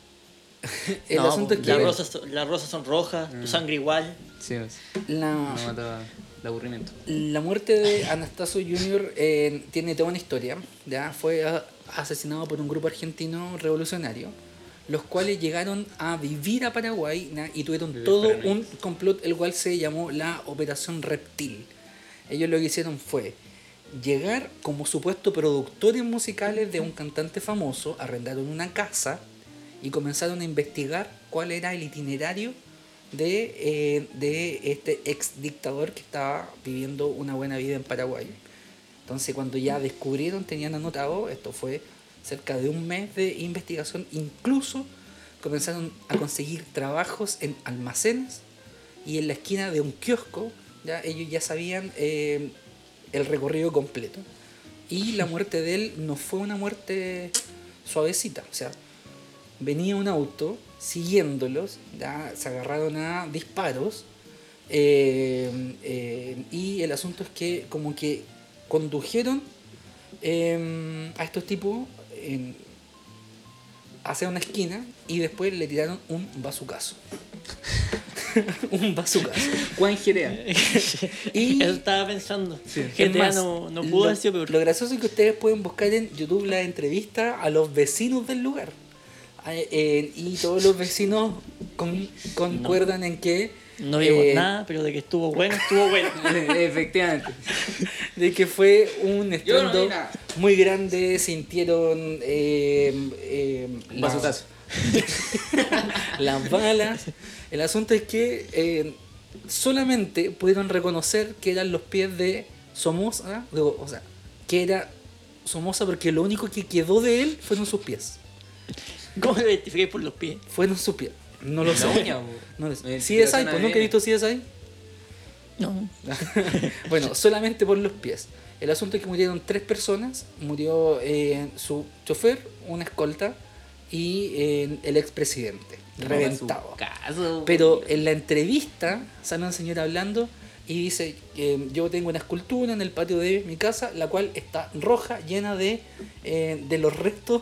Speaker 1: el
Speaker 2: No,
Speaker 1: asunto es
Speaker 2: las,
Speaker 1: que
Speaker 2: rosas, son- las rosas son rojas, tu sangre igual.
Speaker 3: Sí, pues,
Speaker 1: la,
Speaker 3: lo mató de aburrimiento.
Speaker 1: la muerte de Anastasio Jr. eh, tiene toda una historia, ¿ya? Fue ah, asesinado por un grupo argentino revolucionario, los cuales llegaron a vivir a Paraguay ¿ya? y tuvieron
Speaker 3: Vivir
Speaker 1: todo
Speaker 3: paranoicos.
Speaker 1: un complot, el cual se llamó la Operación Reptil. Ellos lo que hicieron fue llegar como supuesto productores musicales de un cantante famoso, arrendaron una casa y comenzaron a investigar cuál era el itinerario de, eh, de este ex dictador que estaba viviendo una buena vida en Paraguay. Entonces cuando ya descubrieron, tenían anotado, esto fue cerca de un mes de investigación, incluso comenzaron a conseguir trabajos en almacenes y en la esquina de un kiosco Ya, ellos ya sabían eh, el recorrido completo. Y la muerte de él no fue una muerte suavecita. O sea, venía un auto siguiéndolos, ya, se agarraron a disparos. eh, eh, y el asunto es que como que condujeron eh, a estos tipos en- hacia una esquina y después le tiraron un bazucazo. un bazucazo.
Speaker 3: Juan Jerea.
Speaker 1: Y-
Speaker 2: Eso estaba pensando.
Speaker 1: Es
Speaker 2: GTA
Speaker 1: más,
Speaker 2: no, no pudo
Speaker 1: lo-
Speaker 2: haber sido peor.
Speaker 1: Lo gracioso es que ustedes pueden buscar en YouTube la entrevista a los vecinos del lugar. Ah, eh, eh, y todos los vecinos con- concuerdan en que.
Speaker 2: No vimos
Speaker 1: eh,
Speaker 2: nada, pero de que estuvo bueno, estuvo bueno.
Speaker 3: Efectivamente.
Speaker 1: De que fue un
Speaker 3: vi
Speaker 1: estruendo
Speaker 3: nada.
Speaker 1: muy grande, sintieron. eh, eh,
Speaker 3: Un
Speaker 1: las-
Speaker 3: bazotazo.
Speaker 1: las balas. El asunto es que eh, solamente pudieron reconocer que eran los pies de Somoza, digo, o sea, que era Somoza porque lo único que quedó de él fueron sus pies.
Speaker 2: ¿Cómo lo identifiqué por los pies?
Speaker 1: Fueron sus pies. No lo
Speaker 3: La
Speaker 1: sé.
Speaker 3: uña, bo.
Speaker 1: no lo
Speaker 3: Me
Speaker 1: sé. CSI,
Speaker 3: tiraron
Speaker 1: pues
Speaker 3: ADN.
Speaker 1: nunca he visto CSI.
Speaker 2: No.
Speaker 1: bueno, solamente por los pies. El asunto es que murieron tres personas. Murió eh, su chofer, una escolta y eh, el expresidente. Reventado.
Speaker 3: Caso.
Speaker 1: Pero en la entrevista sale una señora hablando y dice, eh, yo tengo una escultura en el patio de mi casa, la cual está roja, llena de, eh, de los restos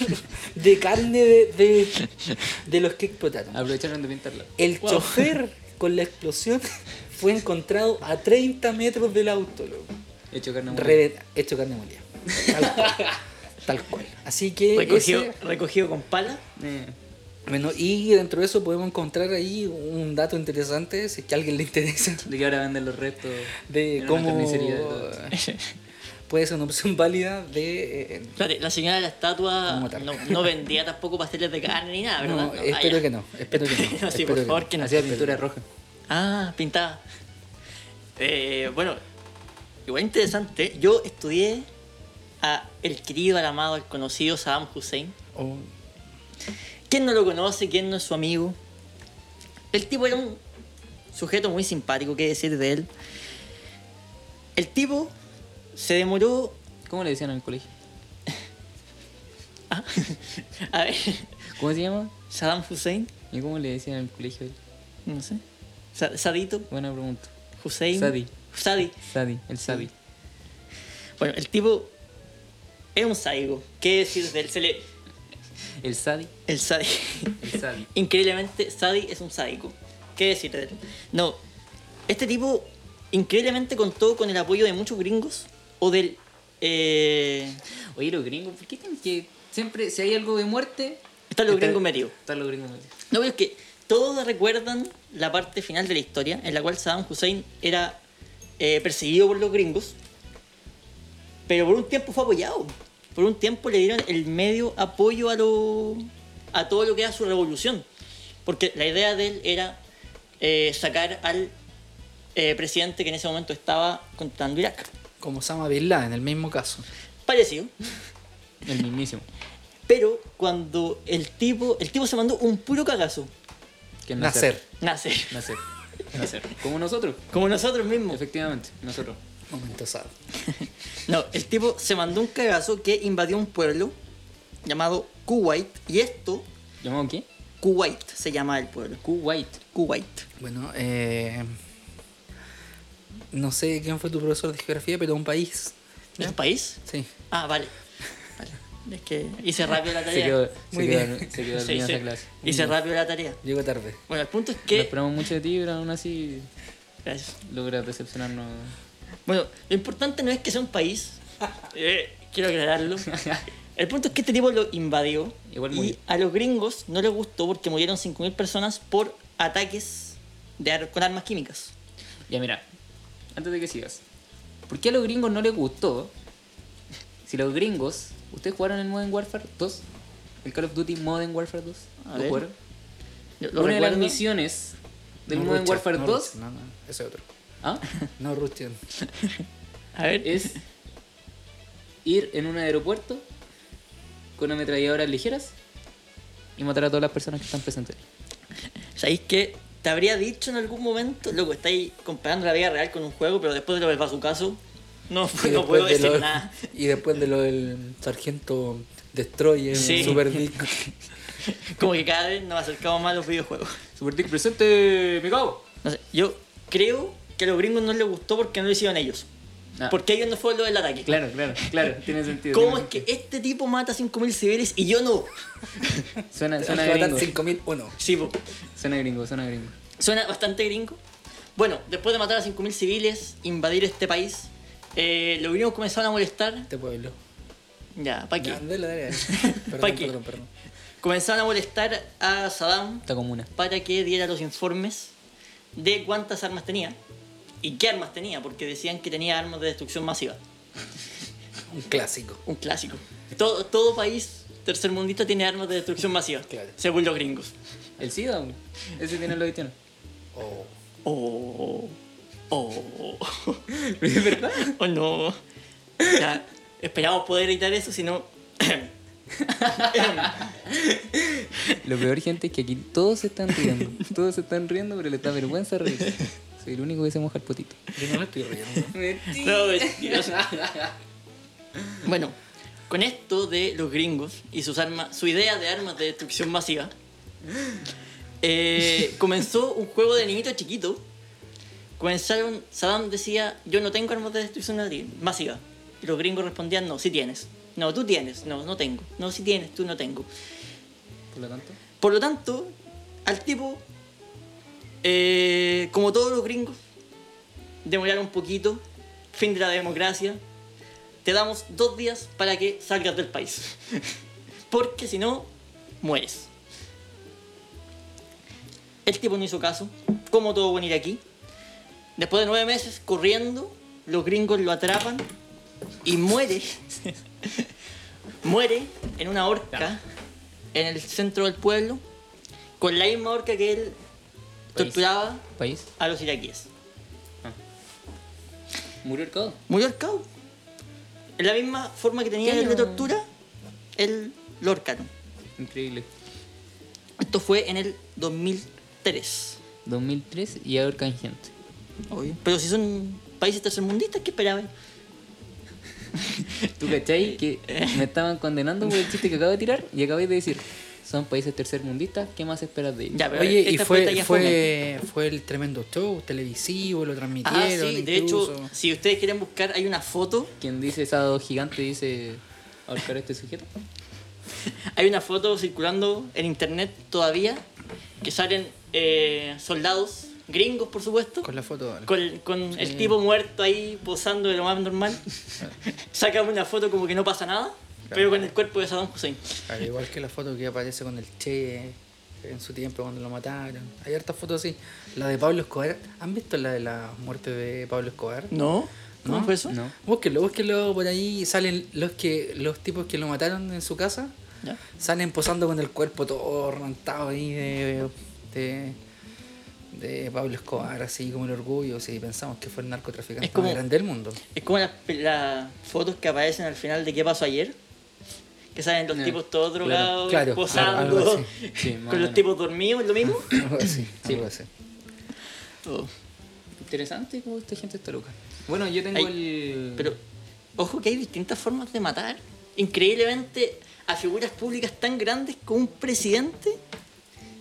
Speaker 1: de carne de, de, de los que explotaron.
Speaker 3: Aprovecharon de pintarla.
Speaker 1: El chofer con la explosión fue encontrado a 30 metros del auto, loco.
Speaker 3: Hecho carne molida.
Speaker 1: Reven- hecho carne molida. Tal cual. Tal cual. Así que...
Speaker 2: Eh, Recogido,
Speaker 1: ese-
Speaker 2: recogido con pala.
Speaker 3: Eh.
Speaker 1: bueno, y dentro de eso podemos encontrar ahí un dato interesante, si es que a alguien le interesa,
Speaker 3: De que ahora venden los restos. en
Speaker 1: de
Speaker 3: una
Speaker 1: Eh, cómo
Speaker 3: carnicería de todo.
Speaker 1: puede ser una opción válida de... eh,
Speaker 2: Espérate, la señora de la estatua
Speaker 1: Vamos a matar.
Speaker 2: no, no vendía tampoco pasteles de carne ni nada,
Speaker 1: no,
Speaker 2: ¿verdad? No, ah,
Speaker 1: espero
Speaker 2: ya.
Speaker 1: que no, espero que no.
Speaker 2: Sí,
Speaker 1: espero
Speaker 2: por
Speaker 1: que
Speaker 2: favor,
Speaker 1: no.
Speaker 2: que no.
Speaker 3: Hacía pintura roja.
Speaker 2: Ah, pintada. Eh, bueno, igual interesante. Yo estudié a el querido, al amado, al conocido Saddam Hussein.
Speaker 1: Oh,
Speaker 2: ¿Quién no lo conoce? ¿Quién no es su amigo? El tipo era un sujeto muy simpático, qué decir de él. El tipo se demoró
Speaker 3: ¿Cómo le decían en el colegio?
Speaker 2: Ah, a ver,
Speaker 3: ¿Cómo se llama?
Speaker 2: Saddam Hussein,
Speaker 3: ¿Y cómo le decían en el colegio? a él?
Speaker 2: no sé. Sa- Sadito,
Speaker 3: Buena pregunta.
Speaker 2: Hussein.
Speaker 3: Sadi.
Speaker 2: Sadi.
Speaker 3: Sadi, el Sadi.
Speaker 2: Bueno, el tipo es un sádico. ¿Qué decir de él? Se le-
Speaker 3: El Sadi.
Speaker 2: El Sadi.
Speaker 3: El Sadi.
Speaker 2: Increíblemente, Sadi es un sádico. ¿Qué decir de él? No, este tipo increíblemente contó con el apoyo de muchos gringos o del. eh,
Speaker 3: Oye, los gringos, ¿por qué tienen que. Siempre, si hay algo de muerte.
Speaker 2: Están los gringos metidos.
Speaker 3: Están los gringos metidos.
Speaker 2: No, pero es que todos recuerdan la parte final de la historia en la cual Saddam Hussein era eh, perseguido por los gringos, pero por un tiempo fue apoyado. Por un tiempo le dieron el medio apoyo a, lo, a todo lo que era su revolución. Porque la idea de él era eh, sacar al eh, presidente que en ese momento estaba controlando Irak.
Speaker 1: como Osama Bin Laden, en el mismo caso.
Speaker 2: Parecido.
Speaker 3: El mismísimo.
Speaker 2: Pero cuando el tipo, el tipo se mandó un puro cagazo.
Speaker 3: Que es
Speaker 1: Nacer.
Speaker 2: Nace.
Speaker 3: Nacer. Nacer. Como nosotros.
Speaker 2: Como nosotros mismos.
Speaker 3: Efectivamente, nosotros.
Speaker 1: Momento sad.
Speaker 2: No, el tipo se mandó un cagazo que invadió un pueblo llamado Kuwait. Y esto,
Speaker 3: ¿Llamado qué?
Speaker 2: Kuwait se llama el pueblo.
Speaker 3: Kuwait.
Speaker 2: Kuwait.
Speaker 1: Bueno, eh, no sé quién fue tu profesor de geografía, pero un país.
Speaker 2: ¿Es un país?
Speaker 1: Sí.
Speaker 2: Ah, vale. Vale. Es que hice rápido la
Speaker 3: Se
Speaker 2: tarea.
Speaker 3: quedó, se
Speaker 1: Muy
Speaker 3: quedó,
Speaker 1: bien.
Speaker 3: Se quedó
Speaker 2: Sí,
Speaker 3: dormido en
Speaker 2: sí.
Speaker 3: esa clase.
Speaker 2: Hice rápido la tarea.
Speaker 1: Llego tarde.
Speaker 2: Bueno, el punto es
Speaker 3: No
Speaker 2: que.
Speaker 3: esperamos mucho de ti, pero aún así
Speaker 2: Gracias.
Speaker 3: logras decepcionarnos.
Speaker 2: Bueno, lo importante no es que sea un país. Eh, quiero aclararlo. El punto es que este tipo lo invadió.
Speaker 3: Igual
Speaker 2: y
Speaker 3: murió.
Speaker 2: a los gringos no les gustó porque murieron 5.000 personas por ataques de ar- con armas químicas.
Speaker 3: Ya, mira, antes de que sigas. ¿Por qué a los gringos no les gustó? Si los gringos. ¿Ustedes jugaron el Modern Warfare 2? ¿El Call of Duty Modern Warfare 2?
Speaker 2: A
Speaker 3: ¿Lo
Speaker 2: ver.
Speaker 3: jugaron?
Speaker 2: Lo- lo
Speaker 3: Una de las
Speaker 2: recuerdo.
Speaker 3: misiones del
Speaker 1: No
Speaker 3: Modern
Speaker 1: Russian,
Speaker 3: Warfare
Speaker 1: no
Speaker 3: 2
Speaker 1: Russian, No, no, ese otro.
Speaker 3: ¿ah?
Speaker 1: No Rustian.
Speaker 2: A ver.
Speaker 3: es ir en un aeropuerto con ametralladoras ligeras y matar a todas las personas que están presentes.
Speaker 2: ¿Sabéis que te habría dicho en algún momento, loco, estáis comparando la vida real con un juego, pero después de lo del bazucazo, no,
Speaker 1: Y
Speaker 2: no
Speaker 1: después
Speaker 2: puedo
Speaker 1: de
Speaker 2: decir
Speaker 1: lo-
Speaker 2: nada.
Speaker 1: Y después de lo del sargento Destroyer,
Speaker 2: Sí.
Speaker 1: Super Dick.
Speaker 2: Como que cada vez nos acercamos más a los videojuegos.
Speaker 3: Super Dick presente, me cago.
Speaker 2: No sé, yo creo que a los gringos no les gustó porque no lo hicieron ellos.
Speaker 3: Ah.
Speaker 2: Porque ellos no fueron los del ataque.
Speaker 3: Claro, claro, claro, tiene sentido.
Speaker 2: ¿Cómo
Speaker 3: tiene
Speaker 2: es que este tipo mata 5.000 civiles y yo no?
Speaker 3: sentido. Suena, suena
Speaker 1: Matan
Speaker 3: gringo.
Speaker 1: 5001.
Speaker 2: Sí, po.
Speaker 3: Suena gringo, suena gringo.
Speaker 2: Suena bastante gringo. Bueno, después de matar a 5.000 civiles, invadir este país, eh, los gringos comenzaron a molestar.
Speaker 1: Este pueblo.
Speaker 2: Ya, ¿para qué?
Speaker 1: Ya, dale, dale. Perdón,
Speaker 2: ¿Pa' qué?
Speaker 1: perdón, perdón.
Speaker 2: Comenzaron a molestar a Saddam
Speaker 3: Esta comuna.
Speaker 2: para que diera los informes de cuántas armas tenía y qué armas tenía, porque decían que tenía armas de destrucción masiva.
Speaker 1: Un clásico.
Speaker 2: Un clásico. Todo, todo país tercermundista tiene armas de destrucción masiva,
Speaker 1: Claro.
Speaker 2: según los gringos.
Speaker 3: El SIDA, güey. Ese tiene lo que tiene.
Speaker 1: Oh.
Speaker 2: Oh, oh,
Speaker 3: ¿Es verdad?
Speaker 2: oh no. Ya, esperamos poder editar eso, si no.
Speaker 3: Lo peor, gente, es que aquí todos se están riendo. Todos se están riendo, pero le da vergüenza reírse. Soy el único que se moja el potito.
Speaker 1: Yo no me estoy riendo.
Speaker 2: No, mentiroso. Bueno, con esto de los gringos y sus armas, su idea de armas de destrucción masiva, eh, comenzó un juego de niñito chiquito. Comenzaron, Saddam decía, yo no tengo armas de destrucción masi- masiva. Y los gringos respondían, no, sí tienes. No, tú tienes. No, no tengo. No, sí tienes, tú no tengo.
Speaker 3: Por lo tanto,
Speaker 2: Por lo tanto, al tipo, eh, como todos los gringos, demoraron un poquito, fin de la democracia, te damos dos días para que salgas del país. Porque si no, mueres. El tipo no hizo caso, como todo buen aquí. Después de nueve meses corriendo, los gringos lo atrapan y muere. muere en una horca en el centro del pueblo con la misma horca que él
Speaker 3: País.
Speaker 2: torturaba
Speaker 3: país,
Speaker 2: a los iraquíes.
Speaker 3: murió el codo.
Speaker 2: Murió ahorcado. En la misma forma que tenía
Speaker 3: ¿Qué
Speaker 2: él de
Speaker 3: año?
Speaker 2: tortura, él lo horcaron.
Speaker 3: Increíble.
Speaker 2: Esto fue en el 2003.
Speaker 3: 2003 y ahorcan gente.
Speaker 2: Pero si son países tercermundistas, ¿qué esperaban?
Speaker 3: ¿Tú cachai que me estaban condenando por el chiste que acabo de tirar? Y acabé de decir, son países tercermundistas, ¿qué más esperas de ellos?
Speaker 2: Ya, pero
Speaker 1: Oye, y
Speaker 2: esta cuenta
Speaker 1: fue,
Speaker 2: ya
Speaker 1: fue, fue el tremendo show televisivo, lo transmitieron.
Speaker 2: Ah, sí, de
Speaker 1: incluso.
Speaker 2: hecho, si ustedes quieren buscar, hay una foto.
Speaker 3: Quien dice sábado gigante dice ahorcar a este sujeto.
Speaker 2: Hay una foto circulando en internet todavía que salen eh, soldados gringos, por supuesto,
Speaker 1: Con la foto. dale.
Speaker 2: con, con el tipo muerto ahí posando de lo más normal. Sacan una foto como que no pasa nada, pero con el cuerpo de Saddam Hussein.
Speaker 1: Al igual que la foto que aparece con el Che en su tiempo cuando lo mataron. Hay hartas fotos así. La de Pablo Escobar. ¿Han visto la de la muerte de Pablo Escobar?
Speaker 2: ¿No? ¿Cómo
Speaker 1: ¿No?
Speaker 2: fue eso?
Speaker 3: No.
Speaker 1: Búsquenlo, búsquenlo por ahí. Salen los que los tipos que lo mataron en su casa.
Speaker 2: ¿Ya?
Speaker 1: Salen posando con el cuerpo todo reventado ahí de, de, de Pablo Escobar, así como el orgullo. Si pensamos que fue el narcotraficante
Speaker 2: Es como-
Speaker 1: más grande del mundo.
Speaker 2: Es como las, las fotos que aparecen al final de qué pasó ayer. Que salen los
Speaker 3: Ya,
Speaker 2: tipos todos
Speaker 3: claro,
Speaker 2: drogados,
Speaker 1: claro,
Speaker 2: posando,
Speaker 1: claro, algo
Speaker 3: Sí, más o
Speaker 2: con los
Speaker 3: menos.
Speaker 2: tipos dormidos, lo mismo.
Speaker 1: Algo así, algo así.
Speaker 2: Todo.
Speaker 3: Interesante cómo esta gente está loca. Bueno, yo tengo
Speaker 2: Ay,
Speaker 3: el...
Speaker 2: Pero, ojo que hay distintas formas de matar. Increíblemente, a figuras públicas tan grandes como un presidente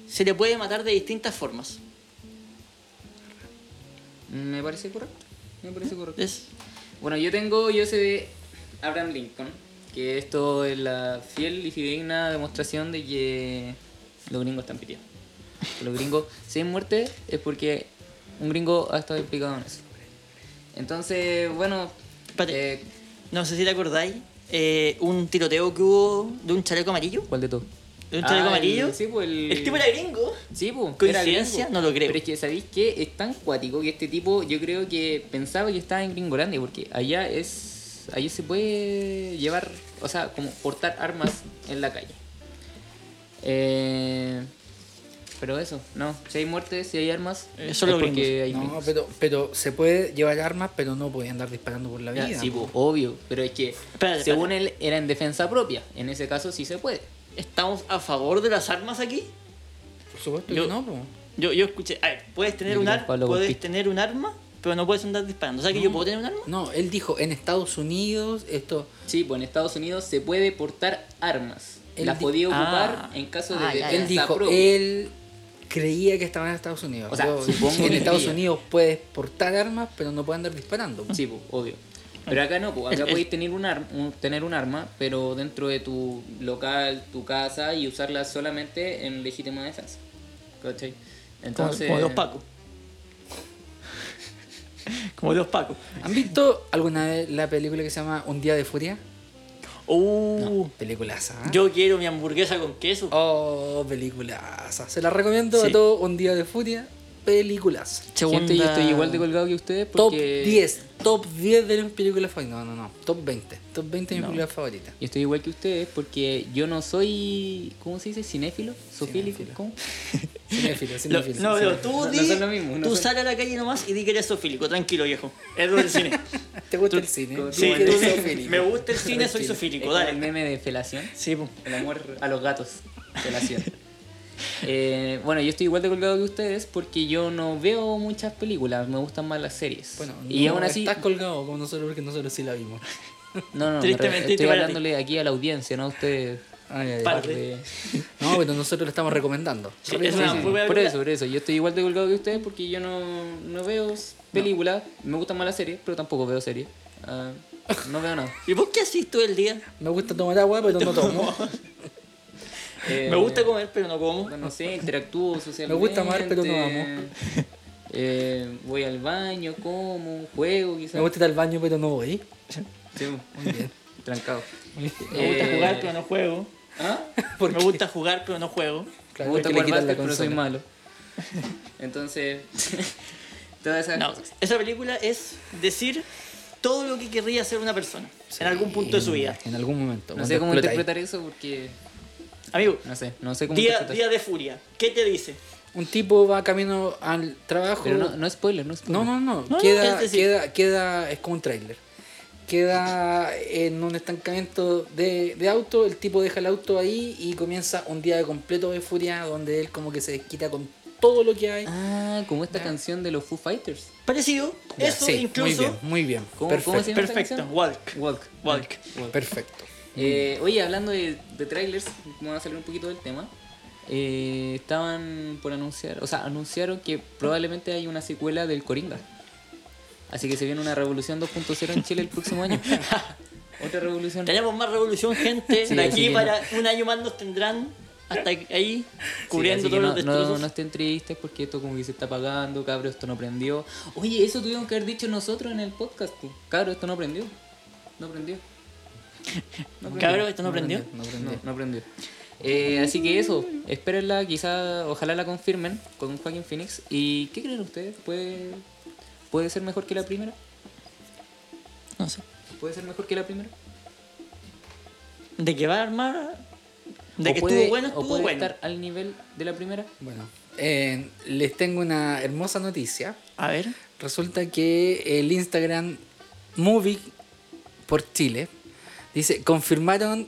Speaker 2: se le puede matar de distintas formas.
Speaker 3: Me parece correcto. Me parece correcto.
Speaker 2: Es-
Speaker 3: Bueno, yo tengo, yo sé de Abraham Lincoln, que esto es la fiel y fidedigna demostración de que los gringos están pitiados. Que los gringos, si hay muerte, es porque un gringo ha estado implicado en eso. Entonces, bueno,
Speaker 2: Espérate.
Speaker 3: eh,
Speaker 2: No sé si te acordáis, eh, un tiroteo que hubo de un chaleco amarillo.
Speaker 3: ¿cuál de todos?
Speaker 2: ¿De un chaleco
Speaker 3: Ah, el-
Speaker 2: amarillo?
Speaker 3: sí, pues, el-
Speaker 2: tipo era gringo.
Speaker 3: Sí, pues.
Speaker 2: ¿Coincidencia?
Speaker 3: era gringo.
Speaker 2: No lo creo.
Speaker 3: Pero es que, ¿sabéis qué? Es tan cuático que este tipo, yo creo que pensaba que estaba en Gringolandia, porque allá es. Allí se puede llevar, o sea, como portar armas en la calle. Eh, pero eso, no. Si hay muertes, si hay armas,
Speaker 2: Eh, solo
Speaker 3: es porque
Speaker 2: gringos.
Speaker 3: hay
Speaker 1: No,
Speaker 3: gringos.
Speaker 1: pero, pero se puede llevar armas, pero no puede andar disparando por la
Speaker 3: Ya,
Speaker 1: vida.
Speaker 3: sí, pues, obvio. Pero es que,
Speaker 2: Espérate,
Speaker 3: según él, era en defensa propia. En ese caso, sí se puede.
Speaker 2: ¿Estamos a favor de las armas aquí?
Speaker 1: Por supuesto
Speaker 2: Yo-
Speaker 1: que no, po.
Speaker 2: Yo, yo escuché, a ver, puedes tener
Speaker 3: Yo
Speaker 2: un
Speaker 3: creo que
Speaker 2: ar-
Speaker 3: Pablo
Speaker 2: puedes
Speaker 3: golpista.
Speaker 2: tener un arma, pero no puedes andar disparando. O sea que yo puedo tener un arma.
Speaker 1: No, él dijo, en Estados Unidos, esto...
Speaker 3: Sí, pues en Estados Unidos se puede portar armas.
Speaker 1: Él
Speaker 3: Las
Speaker 1: di-
Speaker 3: podía ocupar
Speaker 2: Ah.
Speaker 3: en caso de
Speaker 2: Ah, ya, ya.
Speaker 1: Él
Speaker 3: defensa
Speaker 1: dijo,
Speaker 3: propia.
Speaker 1: él creía que estaba en Estados Unidos.
Speaker 3: O sea,
Speaker 1: Yo-
Speaker 3: supongo
Speaker 1: en
Speaker 3: que
Speaker 1: Estados
Speaker 3: creía.
Speaker 1: Unidos puedes portar armas, pero no puedes andar disparando.
Speaker 3: Sí, pues, obvio. Pero acá no, pues acá
Speaker 2: El- el-
Speaker 3: podéis tener un, ar- un- tener un arma, pero dentro de tu local, tu casa, y usarla solamente en legítima defensa. ¿Cachai?
Speaker 2: Como,
Speaker 3: Entonces,
Speaker 2: como los pacos. como los pacos.
Speaker 1: ¿Han visto alguna vez la película que se llama Un día de furia?
Speaker 2: Uh,
Speaker 1: Peliculaza. ¿eh?
Speaker 2: Yo quiero mi hamburguesa con queso.
Speaker 1: Oh, peliculaza. Se la recomiendo a
Speaker 2: Sí.
Speaker 1: todos. Un día de furia, peliculaza.
Speaker 3: gente, yo estoy igual de colgado que ustedes
Speaker 1: Top
Speaker 3: porque...
Speaker 1: 10, top 10 de mis películas favoritas. No, no, no. Top 20. Top 20 de mis películas favoritas.
Speaker 3: Yo estoy igual que ustedes porque yo no soy, ¿cómo se dice? Cinéfilo, sofílico,
Speaker 1: Cinéfilo.
Speaker 3: ¿cómo?
Speaker 1: Cinéfilo,
Speaker 2: Lo-
Speaker 1: cinéfilo,
Speaker 2: no,
Speaker 1: cinéfilo.
Speaker 2: no, tú
Speaker 3: No, no
Speaker 2: di,
Speaker 3: son lo mismo, no
Speaker 2: tú
Speaker 3: son-
Speaker 2: sal a la calle nomás y di que eres sofílico, tranquilo viejo. Es del cine.
Speaker 1: ¿Te gusta
Speaker 3: tú-
Speaker 1: el cine?
Speaker 3: tú-
Speaker 1: Sí,
Speaker 2: Sí,
Speaker 3: tú-
Speaker 1: eres
Speaker 2: tú-
Speaker 1: zoofílico.
Speaker 2: me gusta el cine,
Speaker 1: Tranquilo.
Speaker 2: soy
Speaker 3: Es
Speaker 2: sofílico,
Speaker 3: como el
Speaker 2: dale.
Speaker 3: meme de felación.
Speaker 2: Sí, po.
Speaker 3: El amor a los gatos. Relación. Eh, bueno, yo estoy igual de colgado que ustedes porque yo no veo muchas películas, me gustan más las series.
Speaker 1: Bueno,
Speaker 3: y
Speaker 1: no
Speaker 3: aún así,
Speaker 1: estás colgado como nosotros porque nosotros sí la vimos.
Speaker 3: no, no, me re-
Speaker 2: Tristemente,
Speaker 3: estoy
Speaker 2: para ti.
Speaker 3: hablándole aquí a la audiencia, no a ustedes. eh,
Speaker 1: Ay, ay,
Speaker 2: Parte.
Speaker 1: ay. No, pero nosotros la estamos recomendando.
Speaker 2: Sí, es una muy buena
Speaker 3: Por
Speaker 2: película.
Speaker 3: eso, por eso, yo estoy igual de colgado que ustedes porque yo no, no veo s- películas, me gustan más las series, pero tampoco veo series. Ah, no veo nada.
Speaker 2: ¿Y vos qué haces todo el día?
Speaker 1: Me gusta tomar agua, pero no tomo.
Speaker 3: Eh,
Speaker 2: Me gusta comer, pero no como.
Speaker 3: Bueno, no sé, interactúo socialmente.
Speaker 1: Me gusta amar, pero no amo.
Speaker 3: Eh, voy al baño, como, juego, quizás.
Speaker 1: Me gusta ir al baño, pero no voy.
Speaker 3: Sí,
Speaker 1: Muy bien.
Speaker 3: trancado.
Speaker 2: Me gusta
Speaker 3: Eh,
Speaker 2: jugar, pero no juego.
Speaker 3: ¿Ah?
Speaker 1: ¿Por
Speaker 2: Me
Speaker 1: qué?
Speaker 2: gusta jugar, pero no juego.
Speaker 1: Claro,
Speaker 3: me
Speaker 1: porque
Speaker 3: gusta
Speaker 1: le
Speaker 3: jugar
Speaker 1: quitan la
Speaker 3: básquet, pero soy
Speaker 1: consola.
Speaker 3: malo. Entonces, todas esas
Speaker 2: No,
Speaker 3: cosas.
Speaker 2: esa película es decir todo lo que querría ser una persona en algún punto de su vida.
Speaker 1: En algún momento.
Speaker 3: No
Speaker 1: cuando
Speaker 3: sé cómo
Speaker 1: explota ahí.
Speaker 3: interpretar eso porque.
Speaker 2: Amigo,
Speaker 3: No sé, no sé cómo
Speaker 2: día,
Speaker 3: interpretar.
Speaker 2: día de furia, ¿qué te dice?
Speaker 1: Un tipo va camino al trabajo.
Speaker 3: Pero no, no spoiler, no spoiler.
Speaker 1: No, no, no.
Speaker 2: no,
Speaker 1: queda,
Speaker 2: es decir-
Speaker 1: queda, queda, es como un tráiler. Queda en un estancamiento de, de auto, el tipo deja el auto ahí y comienza un día de completo de furia donde él como que se desquita con todo lo que hay.
Speaker 3: Ah, como esta canción de los Foo Fighters.
Speaker 2: Parecido,
Speaker 1: Ya,
Speaker 2: eso
Speaker 1: sí, Muy
Speaker 2: incluso.
Speaker 1: bien, muy bien.
Speaker 3: ¿Cómo-
Speaker 1: perfecto.
Speaker 3: cómo se llama?
Speaker 2: Perfecto, walk,
Speaker 3: Walk.
Speaker 2: walk.
Speaker 1: perfecto.
Speaker 3: Eh, oye, hablando de, de trailers, vamos a salir un poquito del tema. eh, estaban por anunciar, o sea, anunciaron que probablemente hay una secuela del Coringa. Así que se viene una revolución 2.0 en Chile el próximo año. Otra revolución.
Speaker 2: Tenemos más revolución, gente.
Speaker 3: Sí,
Speaker 2: de
Speaker 3: así
Speaker 2: aquí
Speaker 3: que
Speaker 2: para un año más nos tendrán hasta que- ahí
Speaker 3: Sí,
Speaker 2: cubriendo
Speaker 3: así que
Speaker 2: todos los
Speaker 3: no, no,
Speaker 2: destrozos.
Speaker 3: no estén tristes porque esto como que se está apagando, cabros, esto no prendió. Oye, eso tuvimos que haber dicho nosotros en el podcast. tú. Cabros, esto no prendió. No prendió.
Speaker 2: Cabrón, esto no prendió.
Speaker 1: No
Speaker 3: No,
Speaker 1: aprendí.
Speaker 3: no aprendió. Eh, así que eso, espérenla, quizá, ojalá la confirmen con Joaquín Phoenix. ¿Y qué creen ustedes? ¿Puede, ¿Puede ser mejor que la primera?
Speaker 2: No sé.
Speaker 3: ¿Puede ser mejor que la primera?
Speaker 2: ¿De qué va a armar?
Speaker 3: ¿O
Speaker 2: ¿De que
Speaker 3: puede-
Speaker 2: estuvo bueno?
Speaker 3: o
Speaker 2: Estuvo
Speaker 3: puede
Speaker 2: bueno.
Speaker 3: estar al nivel de la primera?
Speaker 1: Bueno, eh, les tengo una hermosa noticia.
Speaker 2: A ver.
Speaker 1: Resulta que el Instagram Movie por Chile dice, confirmaron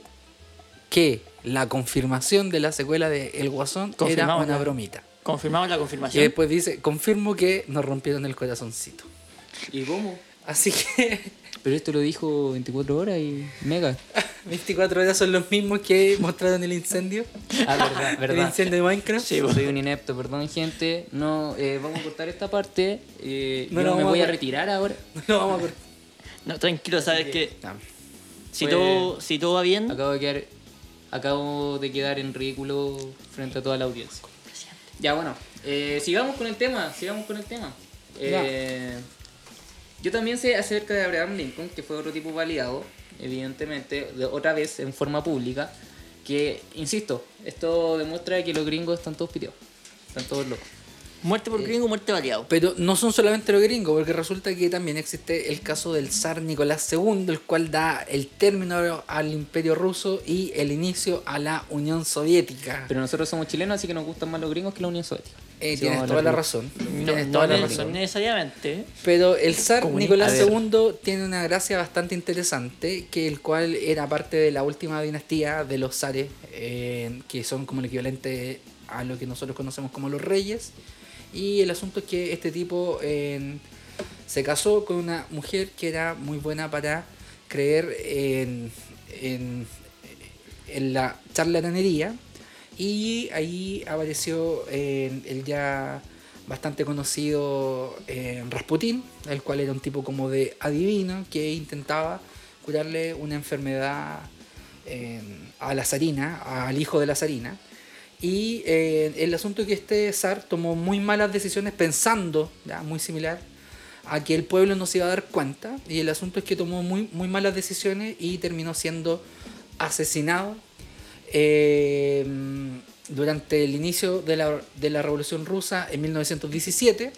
Speaker 1: que la confirmación de la secuela de El Guasón era
Speaker 2: Confirmamos,
Speaker 1: una
Speaker 2: ¿no?
Speaker 1: bromita.
Speaker 2: Confirmamos la
Speaker 1: Y
Speaker 2: confirmación.
Speaker 1: después dice, confirmo que nos rompieron el corazoncito.
Speaker 3: ¿Y cómo?
Speaker 1: Así que
Speaker 3: Pero esto lo dijo 24 horas y mega.
Speaker 1: 24 horas son los mismos que mostraron el incendio.
Speaker 3: Ah, verdad, pues.
Speaker 1: El
Speaker 3: verdad.
Speaker 1: incendio de Minecraft.
Speaker 3: Soy un inepto, perdón gente. No, eh, vamos a cortar esta parte. eh,
Speaker 1: No
Speaker 3: yo
Speaker 1: lo vamos
Speaker 3: me
Speaker 1: a
Speaker 3: voy a
Speaker 1: cort-
Speaker 3: retirar ahora.
Speaker 1: No vamos a cortar.
Speaker 2: No, tranquilo, sabes que
Speaker 1: No.
Speaker 2: si,
Speaker 3: fue-
Speaker 2: todo, si todo va bien,
Speaker 3: Acabo de quedar, acabo de quedar en ridículo frente a toda la audiencia. Ya bueno, eh, sigamos con el tema, sigamos con el tema. Eh, yo también sé acerca de Abraham Lincoln, que fue otro tipo validado, evidentemente, de- otra vez en forma pública, que, insisto, esto demuestra que los gringos están todos piteados, están todos locos.
Speaker 2: muerte por gringo, muerte baleado.
Speaker 1: Pero no son solamente los gringos, porque resulta que también existe el caso del zar Nicolás II, el cual da el término al imperio ruso y el inicio a la Unión
Speaker 2: Ah.
Speaker 1: Soviética.
Speaker 3: Pero nosotros somos chilenos, así que nos gustan más los gringos que la Unión Soviética.
Speaker 1: Eh,
Speaker 3: Sí,
Speaker 1: tienes
Speaker 3: vamos a
Speaker 1: toda la
Speaker 3: hablar de-
Speaker 1: razón.
Speaker 2: No,
Speaker 1: tienes
Speaker 2: no
Speaker 1: toda la
Speaker 2: ne-
Speaker 1: razón.
Speaker 2: necesariamente. ¿eh?
Speaker 1: Pero el zar
Speaker 2: Comunista.
Speaker 1: Nicolás
Speaker 3: A ver.
Speaker 1: II tiene una gracia bastante interesante, que el cual era parte de la última dinastía de los zares, eh, que son como el equivalente a lo que nosotros conocemos como los reyes. Y el asunto es que este tipo en- se casó con una mujer que era muy buena para creer en, en, en la charlatanería. Y ahí apareció eh, el ya bastante conocido eh, Rasputín, el cual era un tipo como de adivino que intentaba curarle una enfermedad eh, a la zarina, al hijo de la zarina. Y eh, el asunto es que este zar tomó muy malas decisiones pensando, ya, muy similar, a que el pueblo no se iba a dar cuenta. Y el asunto es que tomó muy, muy malas decisiones y terminó siendo asesinado eh, durante el inicio de la, de la Revolución Rusa en 1917.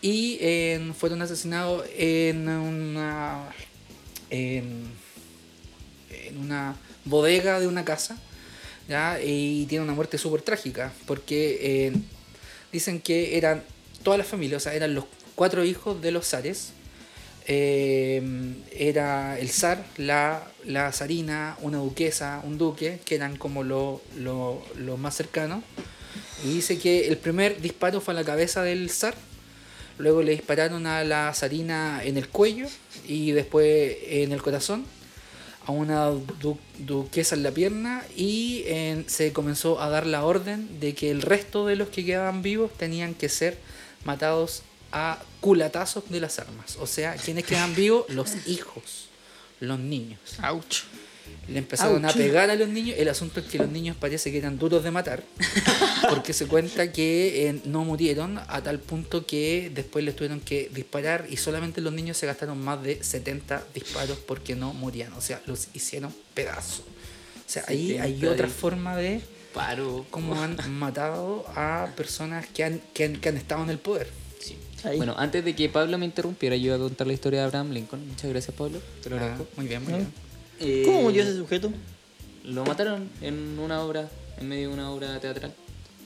Speaker 1: Y eh, fueron asesinados en una, en, en una bodega de una casa. ¿ya? Y tiene una muerte súper trágica, porque eh, dicen que eran todas las familias, o sea, eran los cuatro hijos de los zares. Eh, era el zar, la, la zarina, una duquesa, un duque, que eran como los lo, lo más cercanos. Y dice que el primer disparo fue a la cabeza del zar, luego le dispararon a la zarina en el cuello y después en el corazón a una du- duquesa en la pierna y eh, se comenzó a dar la orden de que el resto de los que quedaban vivos tenían que ser matados a culatazos de las armas. O sea, quienes quedan vivos, los hijos, los niños.
Speaker 3: Ouch.
Speaker 1: Le empezaron a
Speaker 2: Ouch.
Speaker 1: pegar a los niños. El asunto es que los niños parece que eran duros de matar, porque se cuenta que eh, no murieron a tal punto que después les tuvieron que disparar y solamente los niños se gastaron más de 70 disparos porque no morían. O sea, los hicieron pedazos. O sea, ahí hay
Speaker 3: 70
Speaker 1: otra
Speaker 3: dis-
Speaker 1: forma de
Speaker 3: Paro.
Speaker 1: cómo han matado a personas que han, que han, que han estado en el poder.
Speaker 3: Sí.
Speaker 2: Ahí.
Speaker 3: Bueno, antes de que Pablo me interrumpiera, yo iba a contar la historia de Abraham Lincoln. Muchas gracias, Pablo. Te lo
Speaker 1: Ah,
Speaker 3: agradezco.
Speaker 1: muy bien, muy bien.
Speaker 3: Eh,
Speaker 2: ¿Cómo murió ese sujeto?
Speaker 3: Lo mataron en una obra, en medio de una obra teatral,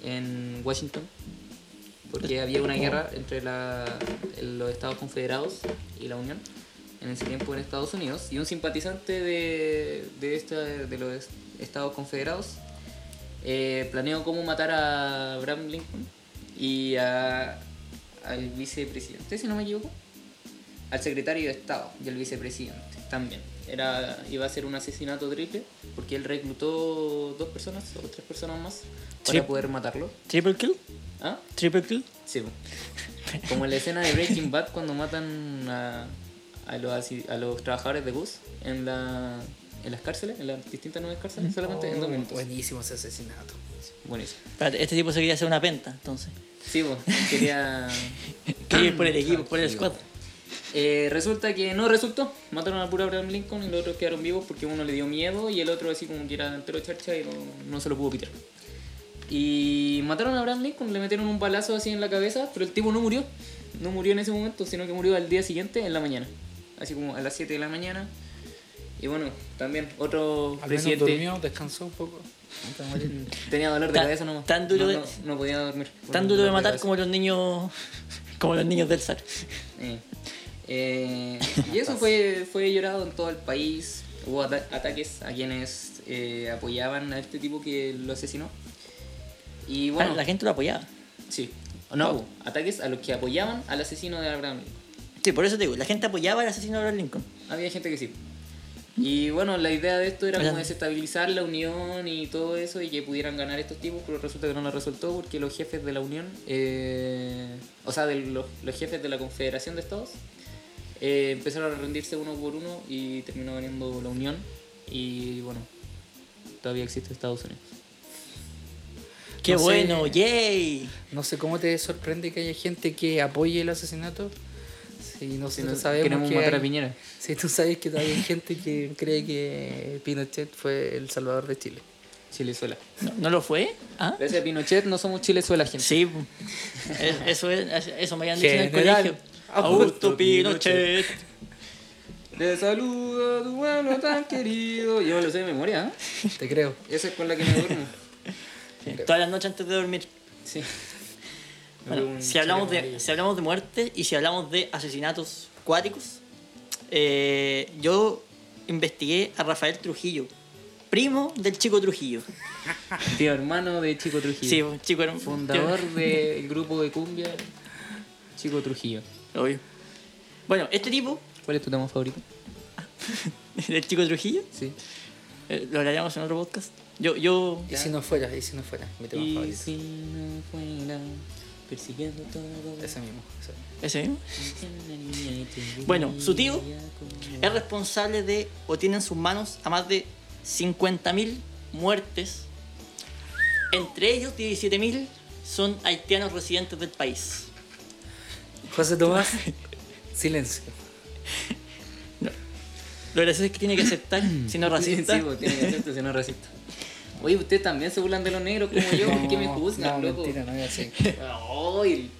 Speaker 3: en Washington. Porque había una guerra entre la- los Estados Confederados y la Unión en ese tiempo en Estados Unidos. Y un simpatizante de, de, esta- de los Estados Confederados eh, planeó cómo matar a Abraham Lincoln y a- al vicepresidente, si no me equivoco al secretario de Estado y al vicepresidente también. Era, iba a ser un asesinato triple porque él reclutó dos personas o tres personas más para
Speaker 2: Sí.
Speaker 3: poder matarlo.
Speaker 2: ¿Triple kill?
Speaker 3: ¿Ah?
Speaker 2: ¿Triple kill?
Speaker 3: Sí. po. Como en la escena de Breaking Bad cuando matan a, a los, asi- a los trabajadores de Gus en, la, en las cárceles, en las distintas nuevas cárceles, solamente en dos
Speaker 1: Oh,
Speaker 3: minutos.
Speaker 1: buenísimo ese asesinato.
Speaker 3: Buenísimo.
Speaker 2: Espérate, este tipo se quería hacer una penta, entonces.
Speaker 3: Sí, po, quería...
Speaker 2: Quería ir por el equipo, por el
Speaker 3: Tranquilo.
Speaker 2: squad.
Speaker 3: Eh, resulta que no resultó. Mataron al puro Abraham Lincoln y los otros quedaron vivos porque uno le dio miedo y el otro así como que era entero charcha y no, no se lo pudo pitar. Y mataron a Abraham Lincoln, le metieron un balazo así en la cabeza, pero el tipo no murió. No murió en ese momento, sino que murió al día siguiente en la mañana. Así como a las 7 de la mañana. Y bueno, también
Speaker 1: Al
Speaker 3: otro
Speaker 1: menos
Speaker 3: presidente
Speaker 1: durmió, descansó un poco.
Speaker 3: tenía dolor de
Speaker 2: Tan-
Speaker 3: cabeza nomás.
Speaker 2: tan duro
Speaker 3: no,
Speaker 2: de-
Speaker 3: no, no podía dormir.
Speaker 2: Tan duro de matar como los niños. Como los niños del SAR.
Speaker 3: Eh, eh, y eso fue, fue llorado en todo el país. Hubo ata- ataques a quienes eh, apoyaban a este tipo que lo asesinó. Y bueno,
Speaker 2: La gente lo apoyaba.
Speaker 3: sí. No, hubo ataques a los que apoyaban al asesino de Abraham Lincoln.
Speaker 2: Sí, por eso te digo, la gente apoyaba al asesino de Abraham Lincoln.
Speaker 3: Había gente que sí. Y bueno, la idea de esto era como
Speaker 2: Eran-
Speaker 3: desestabilizar la Unión y todo eso y que pudieran ganar estos tipos, pero resulta que no lo resultó porque los jefes de la Unión, eh, o sea, de los, los jefes de la Confederación de Estados, eh, empezaron a rendirse uno por uno y terminó ganando la Unión y bueno, todavía existe Estados Unidos.
Speaker 2: ¡Qué
Speaker 1: No sé.
Speaker 2: bueno! ¡Yay!
Speaker 1: No sé cómo te sorprende que haya gente que apoye el asesinato. Si
Speaker 3: Si
Speaker 1: nosotros
Speaker 3: no
Speaker 1: sabemos
Speaker 3: queremos
Speaker 1: que
Speaker 3: matar
Speaker 1: hay-
Speaker 3: a Piñera.
Speaker 1: si tú sabes que todavía hay gente que cree que Pinochet fue el salvador de Chile.
Speaker 3: Chilezuela.
Speaker 2: ¿No, no lo fue? ¿Ah?
Speaker 3: Gracias a Pinochet no somos Chilezuela, gente.
Speaker 2: Sí, po. Es- eso, es, eso me habían dicho
Speaker 1: General
Speaker 2: en el colegio.
Speaker 1: Augusto
Speaker 2: Augusto Pinochet.
Speaker 3: Te saludo, tu pueblo tan querido. Yo lo sé de memoria, ¿eh?
Speaker 1: Te creo.
Speaker 3: Esa es con la que me duermo.
Speaker 2: Sí, Todas las noches antes de dormir.
Speaker 3: Sí.
Speaker 2: Bueno, si, hablamos de, si hablamos de muerte y si hablamos de asesinatos cuáticos, eh, yo investigué a Rafael Trujillo, primo del chico Trujillo.
Speaker 3: Tío hermano de Chico Trujillo.
Speaker 2: Sí, pues, chico era un
Speaker 3: Fundador del grupo de cumbia Chico Trujillo.
Speaker 2: Obvio. Bueno, este tipo,
Speaker 3: ¿Cuál es tu tema favorito?
Speaker 2: el chico Trujillo,
Speaker 3: Sí.
Speaker 2: eh, lo hablaríamos en otro podcast. Yo, yo,
Speaker 1: Y si no fuera, y si no fuera, mi tema
Speaker 3: Y
Speaker 1: favorito.
Speaker 3: si no fuera persiguiendo todo.
Speaker 1: Ese mismo. ese.
Speaker 2: ese mismo, Bueno, su tío es responsable de o tiene en sus manos a más de 50.000 muertes. Entre ellos, 17.000 son haitianos residentes del país.
Speaker 1: José Tomás, silencio.
Speaker 2: Lo gracioso es que tiene que aceptar, si no racista.
Speaker 3: Sí, pues, tiene que aceptar si no es racista. Oye, ustedes también se burlan de los negros como yo, ¿por qué me juzgan,
Speaker 1: no,
Speaker 3: loco?
Speaker 1: mentira, no voy a decir.
Speaker 3: Ay,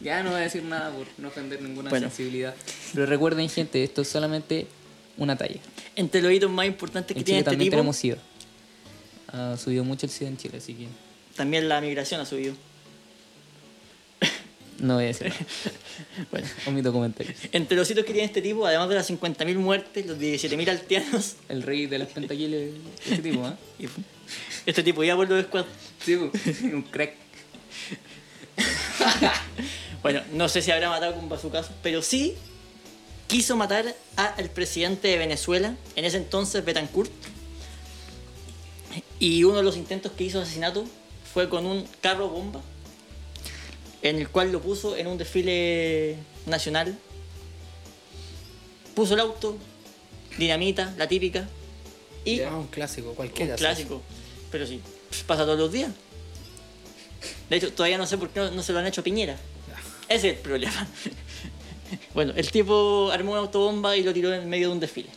Speaker 3: ya no voy a decir nada por no ofender ninguna
Speaker 2: Bueno.
Speaker 3: sensibilidad. Pero recuerden, gente, esto es solamente una talla.
Speaker 2: Entre los hitos más importantes que
Speaker 3: En Chile
Speaker 2: tiene este
Speaker 3: también
Speaker 2: tipo,
Speaker 3: tenemos SIDA. Ha subido mucho el SIDA en Chile, así que
Speaker 2: también la migración ha subido.
Speaker 3: no voy a decir nada.
Speaker 2: Bueno,
Speaker 3: Omito comentarios.
Speaker 2: entre los hitos que tiene este tipo, además de las 50.000 muertes, los 17.000 haitianos,
Speaker 3: El rey de las pentaquiles, ese tipo, ¿ah?
Speaker 2: y- este tipo ya vuelve de squad.
Speaker 3: Sí, pues, un crack.
Speaker 2: Bueno, no sé si habrá matado con bazucazos, pero sí quiso matar al presidente de Venezuela, en ese entonces Betancourt. Y uno de los intentos que hizo de asesinato fue con un carro bomba, en el cual lo puso en un desfile nacional. Puso el auto, dinamita, la típica, y
Speaker 1: Ah, un clásico, cualquiera.
Speaker 2: un
Speaker 1: sí.
Speaker 2: clásico. Pero sí, pues, pasa todos los días. De hecho, todavía no sé por qué no, no se lo han hecho a Piñera.
Speaker 3: Ah.
Speaker 2: Ese es el problema. Bueno, el tipo armó una autobomba y lo tiró en medio de un desfile.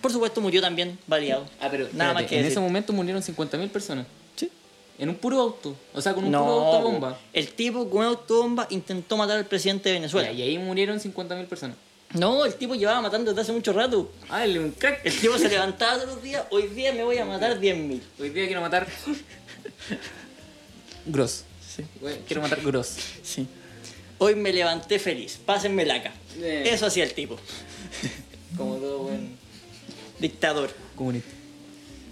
Speaker 2: Por supuesto, murió también baleado.
Speaker 3: Ah, pero
Speaker 2: nada más que
Speaker 3: en
Speaker 2: decir.
Speaker 3: ese momento murieron 50.000 personas.
Speaker 2: Sí.
Speaker 3: En un puro auto. O sea, con un puro
Speaker 2: No,
Speaker 3: auto bomba.
Speaker 2: el tipo con una autobomba intentó matar al presidente de Venezuela.
Speaker 3: Y ahí murieron 50.000 personas.
Speaker 2: No, el tipo llevaba matando desde hace mucho rato.
Speaker 3: Ah, el un crack.
Speaker 2: El tipo se levantaba todos los días, hoy día me voy a matar 10.000.
Speaker 3: Hoy día quiero matar. Gross.
Speaker 2: Sí.
Speaker 3: Güey, Quiero matar Gross.
Speaker 2: Sí. Hoy me levanté feliz, pásenmela acá.
Speaker 3: Eh.
Speaker 2: Eso hacía el tipo,
Speaker 3: Como todo buen
Speaker 2: dictador.
Speaker 3: comunista.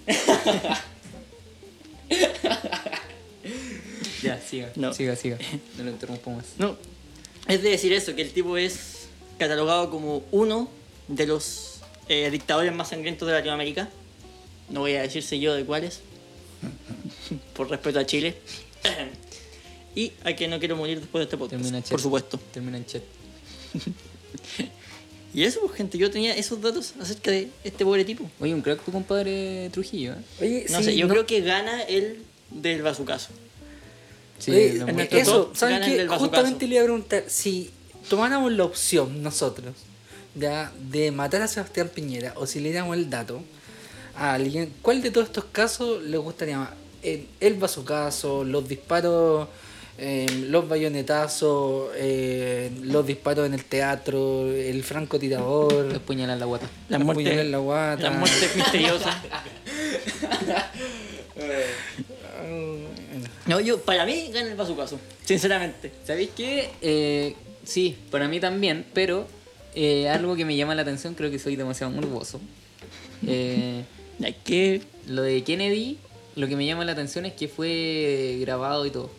Speaker 3: ya, siga.
Speaker 2: No.
Speaker 3: Siga, siga. No lo interrumpo más.
Speaker 2: No, es de decir eso, que el tipo es catalogado como uno de los eh, dictadores más sangrientos de Latinoamérica. No voy a decirse yo de cuáles, por respeto a Chile. y a que no quiero morir después de este podcast,
Speaker 3: Termina chat.
Speaker 2: por supuesto.
Speaker 3: Termina en chat.
Speaker 2: Y eso, pues, gente, yo tenía esos datos acerca de este pobre tipo.
Speaker 3: Oye, un crack tu compadre Trujillo, ¿eh?
Speaker 1: Oye,
Speaker 2: No
Speaker 1: sí,
Speaker 2: sé, yo
Speaker 1: no-
Speaker 2: creo que gana el del bazucazo.
Speaker 1: Oye,
Speaker 3: lo-
Speaker 1: eh,
Speaker 2: nuestro
Speaker 1: eso,
Speaker 2: top
Speaker 1: ¿saben
Speaker 2: gana el
Speaker 1: qué?
Speaker 2: del bazucazo.
Speaker 1: Justamente le iba a preguntar, si tomáramos la opción nosotros ya, de matar a Sebastián Piñera o si le diéramos el dato a alguien, ¿cuál de todos estos casos le gustaría más? El, el bazucazo, los disparos, eh, los bayonetazos, eh, los disparos en el teatro, el
Speaker 3: Te
Speaker 1: francotirador,
Speaker 3: puñalan la guata.
Speaker 2: La
Speaker 1: Las
Speaker 2: muerte,
Speaker 1: puñaladas en la guata.
Speaker 2: la muerte misteriosa. No, yo, para mí, gana el bazucazo, sinceramente.
Speaker 3: ¿Sabéis qué? Eh, sí, para mí también, pero eh, algo que me llama la atención, creo que soy demasiado morboso. Eh,
Speaker 2: Hay que...
Speaker 3: lo de Kennedy, lo que me llama la atención es que fue grabado y todo.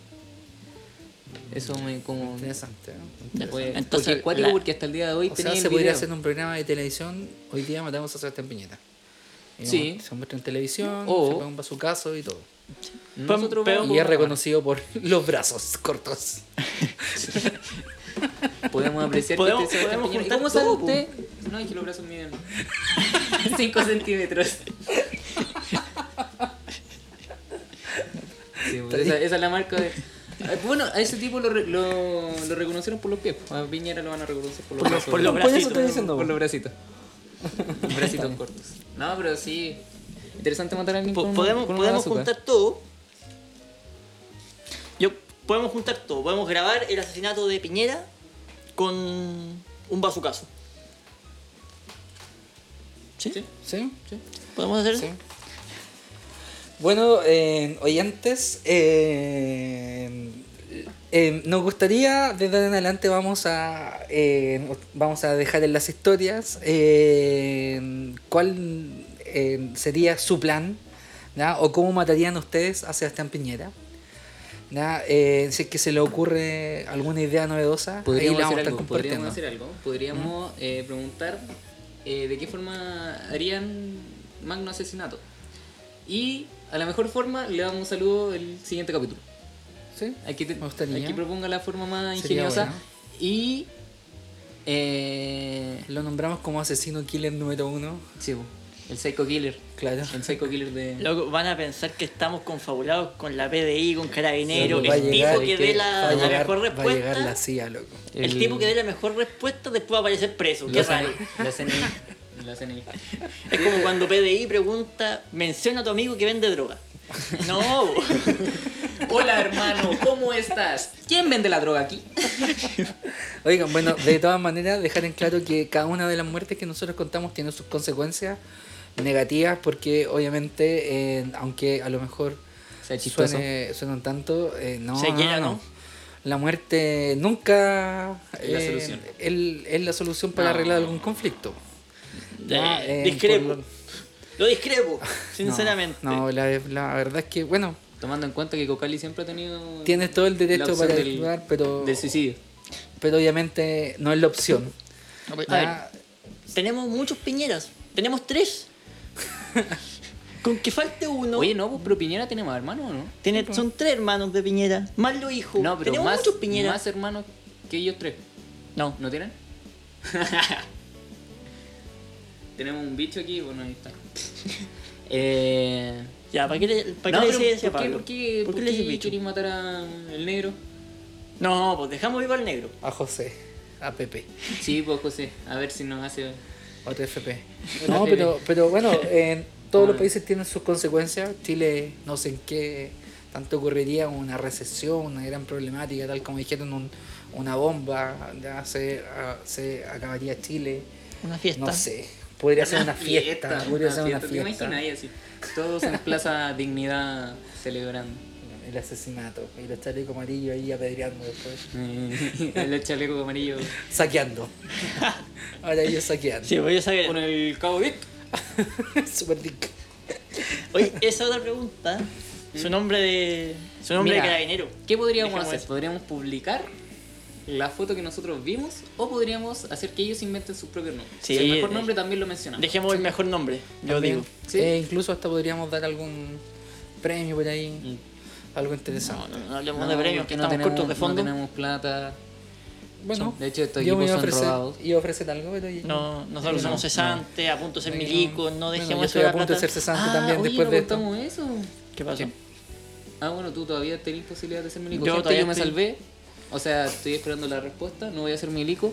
Speaker 3: Eso me como...
Speaker 1: interesante. ¿no?
Speaker 3: Fue,
Speaker 2: Entonces,
Speaker 3: porque es cuático
Speaker 2: la-
Speaker 3: porque hasta el día de hoy
Speaker 1: O
Speaker 3: tenía
Speaker 1: sea,
Speaker 3: el
Speaker 1: se podría
Speaker 3: video.
Speaker 1: hacer un programa de televisión. Hoy día matamos a Sebastián Piñeta. Y lo
Speaker 3: Sí.
Speaker 1: mu- Se muestra en televisión,
Speaker 3: O-
Speaker 1: se pega un bazucazo y todo.
Speaker 3: Nosotros
Speaker 2: Pero-
Speaker 3: vamos-
Speaker 1: Y es reconocido por los brazos cortos.
Speaker 3: podemos apreciar
Speaker 2: Podemos-
Speaker 3: que este Sebastián
Speaker 2: podemos
Speaker 3: Piñera- ¿Y
Speaker 2: juntar
Speaker 3: ¿Cómo sale
Speaker 2: todo,
Speaker 3: usted? No, es que los brazos miden 5 centímetros. Sí, pues, esa, esa es la marca de... Eh, Bueno, a ese tipo lo, re- lo, lo reconocieron por los pies. A Piñera lo van a reconocer por los
Speaker 2: Por los-
Speaker 3: brazos.
Speaker 2: por los
Speaker 1: Por eso
Speaker 2: bracitos.
Speaker 1: estoy diciendo.
Speaker 3: Por los bracitos. bracitos cortos. No, pero sí. Interesante matar a alguien
Speaker 2: Po-
Speaker 3: con
Speaker 2: podemos
Speaker 3: con una
Speaker 2: podemos
Speaker 3: bazooka.
Speaker 2: juntar todo. Yo, podemos juntar todo. Podemos grabar el asesinato de Piñera con un bazucazo. ¿Sí?
Speaker 1: ¿Sí?
Speaker 2: ¿Podemos hacer eso?
Speaker 1: Sí. Bueno, eh, oyentes, eh, eh, nos gustaría, desde ahora en adelante vamos a, eh, vamos a dejar en las historias eh, cuál eh, sería su plan, ¿ya? o cómo matarían ustedes a Sebastián Piñera. ¿ya? Eh, si es que se le ocurre alguna idea novedosa, ahí
Speaker 3: Podríamos
Speaker 1: la vamos
Speaker 3: hacer
Speaker 1: a estar
Speaker 3: algo, podríamos
Speaker 1: compartiendo.
Speaker 3: hacer algo. Podríamos eh, preguntar eh, de qué forma harían Magno Asesinato. Y a la mejor forma le damos un saludo el siguiente capítulo.
Speaker 1: ¿Sí?
Speaker 3: Al que, te-
Speaker 1: Me gustaría.
Speaker 3: al que proponga la forma más
Speaker 1: Sería
Speaker 3: ingeniosa.
Speaker 1: bueno.
Speaker 3: Y. Eh,
Speaker 1: Lo nombramos como asesino killer número uno.
Speaker 3: sí, bo, el Psycho Killer.
Speaker 1: Claro.
Speaker 3: El Psycho Killer de.
Speaker 2: Loco, van a pensar que estamos confabulados con la PDI, con Carabinero,
Speaker 3: Loco,
Speaker 1: Va a
Speaker 2: el
Speaker 1: llegar-
Speaker 2: tipo que
Speaker 3: que
Speaker 1: va
Speaker 2: dé la,
Speaker 1: a
Speaker 2: la
Speaker 1: llegar-
Speaker 2: mejor
Speaker 1: Va a llegar la
Speaker 2: respuesta.
Speaker 1: CIA, loco.
Speaker 2: El... tipo que dé la mejor respuesta después va a aparecer preso. Qué
Speaker 3: La
Speaker 2: raro.
Speaker 3: CNI, La CNI. La CNI.
Speaker 2: Es como cuando PDI pregunta, menciona a tu amigo que vende droga. No, bo.
Speaker 3: Hola hermano, ¿cómo estás? ¿Quién vende la droga aquí?
Speaker 1: Oigan, bueno, de todas maneras, dejar en claro que cada una de las muertes que nosotros contamos tiene sus consecuencias negativas, porque obviamente, eh, aunque a lo mejor
Speaker 3: Sea chistoso.
Speaker 1: suene, suenan tanto, eh, no,
Speaker 2: Se
Speaker 1: no,
Speaker 2: llena,
Speaker 1: no,
Speaker 2: ¿no?
Speaker 1: La muerte nunca
Speaker 3: Es la solución.
Speaker 1: el- es la solución para
Speaker 3: No.
Speaker 1: arreglar algún conflicto. Ya,
Speaker 2: Eh,
Speaker 1: eh,
Speaker 2: discrepo.
Speaker 1: por lo-
Speaker 2: Lo discrepo,
Speaker 1: No,
Speaker 2: sinceramente.
Speaker 1: No, la, la verdad es que, bueno,
Speaker 3: Tomando en cuenta que Cocali siempre ha tenido.
Speaker 1: tienes todo el derecho
Speaker 3: la opción
Speaker 1: para
Speaker 3: del-
Speaker 1: ayudar, pero,
Speaker 3: Del suicidio.
Speaker 1: pero obviamente no es la opción.
Speaker 2: Pues, A ver,
Speaker 1: Ya,
Speaker 2: tenemos muchos piñeras. Tenemos tres. Con que falte uno.
Speaker 3: Oye, no, pues, pero Piñera tiene más hermanos, ¿no?
Speaker 2: Tiene- son tres hermanos de Piñera, más los hijos.
Speaker 3: No, pero
Speaker 2: Tenemos
Speaker 3: más,
Speaker 2: muchos Piñera.
Speaker 3: más hermanos que ellos tres.
Speaker 2: No,
Speaker 3: ¿No tienen? Tenemos un bicho aquí, bueno, ahí está. eh.
Speaker 2: ya, ¿para qué le, para
Speaker 3: no,
Speaker 2: qué le
Speaker 3: pero
Speaker 2: decís eso a
Speaker 3: ¿por, qué,
Speaker 2: Pablo?
Speaker 3: ¿Por qué,
Speaker 2: ¿Por qué
Speaker 3: por
Speaker 2: le
Speaker 3: qué
Speaker 2: decís bicho?
Speaker 3: queréis matar al negro?
Speaker 2: No, pues dejamos vivo al negro.
Speaker 1: A José, a Pepe.
Speaker 3: Sí, pues José, a ver si nos hace.
Speaker 1: Otro FP.
Speaker 3: Otro
Speaker 1: No,
Speaker 3: FP.
Speaker 1: pero, pero bueno, en todos los
Speaker 3: Ah.
Speaker 1: países tienen sus consecuencias. Chile, no sé en qué tanto ocurriría una recesión, una gran problemática, tal como dijeron, un- una bomba, ya se, ah, se acabaría Chile.
Speaker 2: Una fiesta.
Speaker 1: No sé, podría ser una fiesta, podría ser una
Speaker 3: ¿Te imaginas
Speaker 1: fiesta.
Speaker 3: ahí así? Todos en Plaza Dignidad celebrando.
Speaker 1: El asesinato, y los chalecos amarillos ahí apedreando después,
Speaker 3: el chaleco amarillo
Speaker 1: saqueando. Ahora ellos saquean.
Speaker 2: Sí, pues voy a saber.
Speaker 3: con el cabo Vic.
Speaker 1: Super dick.
Speaker 2: Oye, esa otra pregunta. Su nombre de. Su nombre
Speaker 3: Mira,
Speaker 2: de carabinero.
Speaker 3: ¿Qué podríamos
Speaker 2: Dejemos
Speaker 3: hacer?
Speaker 2: eso.
Speaker 3: ¿Podríamos publicar la foto que nosotros vimos o podríamos hacer que ellos inventen sus propios nombres?
Speaker 2: Sí,
Speaker 3: el mejor
Speaker 2: eh,
Speaker 3: nombre también lo mencionamos.
Speaker 2: Dejemos el mejor nombre, yo
Speaker 1: También.
Speaker 2: digo.
Speaker 3: Sí.
Speaker 1: Eh, incluso hasta podríamos dar algún premio por ahí.
Speaker 3: Mm.
Speaker 1: Algo
Speaker 2: No,
Speaker 1: interesante.
Speaker 2: no, no hablemos de premios,
Speaker 3: porque
Speaker 2: que
Speaker 3: no
Speaker 2: estamos
Speaker 3: tenemos-
Speaker 2: cortos de fondo.
Speaker 3: No
Speaker 2: No,
Speaker 3: tenemos plata.
Speaker 1: Bueno,
Speaker 3: Son- de hecho, estos
Speaker 1: yo me iba
Speaker 3: equipos
Speaker 1: a
Speaker 3: son
Speaker 1: ofrecer,
Speaker 3: robados.
Speaker 1: iba a ofrecer algo, pero ya-
Speaker 2: nosotros
Speaker 1: No,
Speaker 2: somos
Speaker 1: no.
Speaker 2: cesantes, a punto de ser
Speaker 1: Bueno,
Speaker 2: milicos, no
Speaker 1: bueno,
Speaker 2: dejemos
Speaker 1: yo
Speaker 2: eso
Speaker 1: estoy
Speaker 2: de la
Speaker 1: a punto de
Speaker 2: plata.
Speaker 1: ser cesante
Speaker 3: Ah,
Speaker 1: también
Speaker 3: oye,
Speaker 1: después
Speaker 3: no
Speaker 1: de esto.
Speaker 3: contamos eso.
Speaker 2: ¿Qué pasó?
Speaker 3: Ah, bueno, tú todavía tenés posibilidad de ser milico.
Speaker 2: Yo
Speaker 3: Gente, Yo,
Speaker 2: todavía
Speaker 3: me
Speaker 2: estoy-
Speaker 3: salvé. O sea, estoy esperando la respuesta. No voy a ser milico.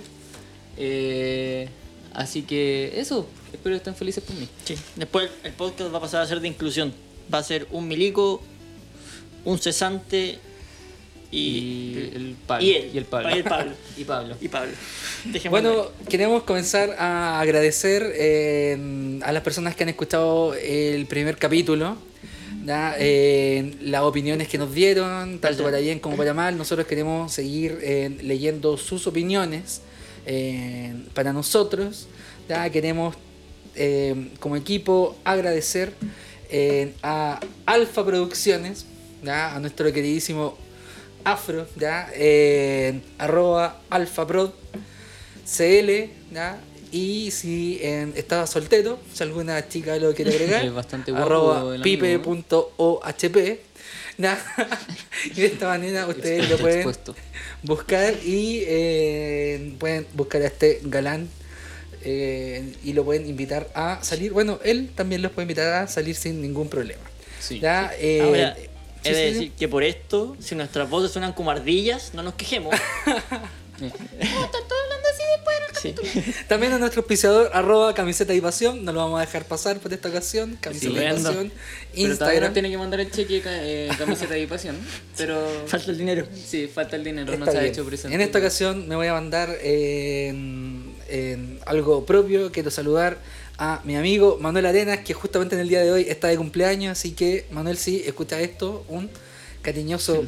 Speaker 3: Eh, así que eso. Espero que estén felices por mí.
Speaker 2: Sí. Después el podcast va a pasar a ser de inclusión. Va a ser un milico, un cesante
Speaker 3: Y
Speaker 2: y.
Speaker 3: el Pablo.
Speaker 2: Y él.
Speaker 3: Y el Pablo.
Speaker 2: Y el Pablo.
Speaker 3: Y Pablo.
Speaker 2: Y Pablo. Dejemos
Speaker 1: Bueno, queremos comenzar a agradecer eh, a las personas que han escuchado el primer capítulo, ¿ya? Eh, las opiniones que nos dieron, tanto
Speaker 2: Gracias.
Speaker 1: para bien como para mal. Nosotros queremos seguir eh, leyendo sus opiniones eh, para nosotros. ¿ya? Queremos eh, como equipo agradecer eh, a Alfa Producciones, ¿ya? a nuestro queridísimo Afro, ¿ya? Eh, arroba alfaprod CL, ¿ya? Y si eh, estaba soltero, si alguna chica lo quiere agregar,
Speaker 3: Es bastante guapo el
Speaker 1: arroba
Speaker 3: amigo,
Speaker 1: pipe.ohp. ¿ya? Y de esta manera ustedes lo
Speaker 3: Expuesto,
Speaker 1: pueden
Speaker 3: expuesto.
Speaker 1: buscar y eh, pueden buscar a este galán eh, y lo pueden invitar a salir. Bueno, él también los puede invitar a salir sin ningún problema.
Speaker 3: Sí.
Speaker 1: ¿Ya? Eh,
Speaker 2: Ahora,
Speaker 1: sí,
Speaker 2: he de
Speaker 1: sí,
Speaker 2: decir que por esto, si nuestras voces suenan como ardillas, no nos quejemos. Sí.
Speaker 1: También a nuestro auspiciador, arroba camiseta y pasión. No lo vamos a dejar pasar por esta ocasión. Camiseta y
Speaker 3: Estupendo.
Speaker 1: pasión.
Speaker 3: Pero todavía nos
Speaker 1: Instagram.
Speaker 3: tiene que mandar el cheque ca- eh, camiseta y pasión. Pero
Speaker 2: Falta el dinero.
Speaker 3: sí, falta el dinero, no
Speaker 1: Está
Speaker 3: se ha
Speaker 1: bien.
Speaker 3: hecho presente.
Speaker 1: En esta ocasión me voy a mandar eh, en- en algo propio. Quiero saludar a mi amigo Manuel Arenas, que justamente en el día de hoy está de cumpleaños. Así que, Manuel, si escucha esto, un cariñoso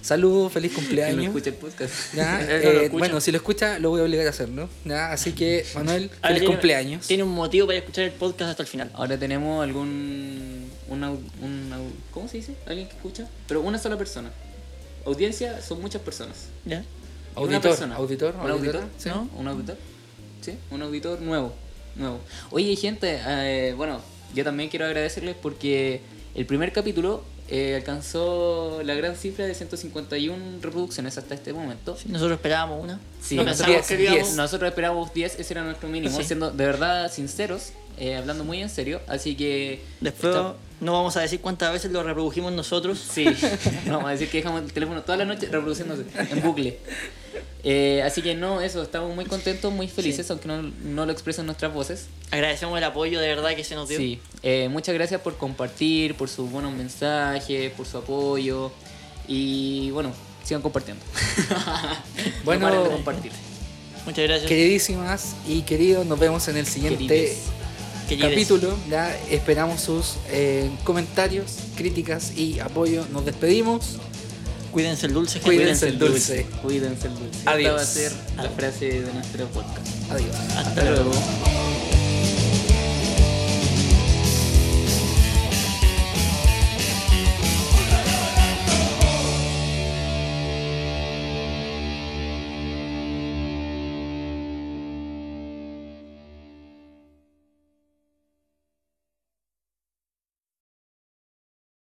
Speaker 1: saludo, feliz
Speaker 3: Que no
Speaker 1: cumpleaños.
Speaker 3: escucha el podcast.
Speaker 1: ¿Ya?
Speaker 3: Él no lo
Speaker 1: Eh,
Speaker 3: escucha.
Speaker 1: bueno, si lo escucha, lo voy a obligar a hacerlo. ¿ya? Así que, Manuel,
Speaker 3: Ah,
Speaker 2: Ahora
Speaker 1: feliz
Speaker 2: tiene-
Speaker 1: cumpleaños.
Speaker 2: Tiene un motivo para escuchar el podcast hasta el final.
Speaker 3: Ahora tenemos algún. Un, au- un au- ¿Cómo se dice? ¿Alguien que escucha? Pero una sola persona. Audiencia son muchas personas.
Speaker 2: ¿Ya?
Speaker 1: Auditor,
Speaker 3: una persona.
Speaker 1: auditor,
Speaker 3: ¿Un
Speaker 1: auditora,
Speaker 3: auditor?
Speaker 1: sí.
Speaker 3: ¿No? ¿Un auditor? Sí, un auditor nuevo. nuevo. Oye, gente, eh, bueno, yo también quiero agradecerles porque el primer capítulo eh, alcanzó la gran cifra de 151 reproducciones hasta este momento.
Speaker 2: Sí, Nosotros esperábamos una.
Speaker 3: Sí,
Speaker 2: no
Speaker 3: nosotros-
Speaker 2: pensamos
Speaker 1: diez,
Speaker 2: que íbamos-
Speaker 1: diez.
Speaker 3: Nosotros esperábamos 10, ese era nuestro mínimo,
Speaker 2: Sí.
Speaker 3: siendo de verdad sinceros, eh, hablando muy en serio. Así que.
Speaker 2: Después
Speaker 3: esto-
Speaker 2: no vamos a decir cuántas veces lo reprodujimos nosotros.
Speaker 3: Sí, vamos a decir que dejamos el teléfono toda la noche reproduciéndose en bucle. Eh, así que no, eso, estamos muy contentos, muy felices, aunque no, no lo expresan nuestras voces.
Speaker 2: Agradecemos el apoyo de verdad que se nos dio.
Speaker 3: Sí, eh, muchas gracias por compartir, por sus buenos mensajes, por su apoyo y bueno, sigan compartiendo.
Speaker 1: Bueno.
Speaker 3: no paren de compartir.
Speaker 2: Muchas gracias.
Speaker 1: Queridísimas y queridos, nos vemos en el siguiente
Speaker 3: Querides.
Speaker 2: Querides.
Speaker 1: capítulo. ¿ya? Esperamos sus eh, comentarios, críticas y apoyo. Nos despedimos.
Speaker 2: Cuídense el dulce. gente.
Speaker 1: Cuídense el dulce.
Speaker 3: Cuídense el dulce.
Speaker 1: Adiós.
Speaker 3: Esta va a ser la frase de nuestro podcast.
Speaker 1: Adiós.
Speaker 2: Hasta
Speaker 3: Hasta
Speaker 2: luego.
Speaker 3: luego.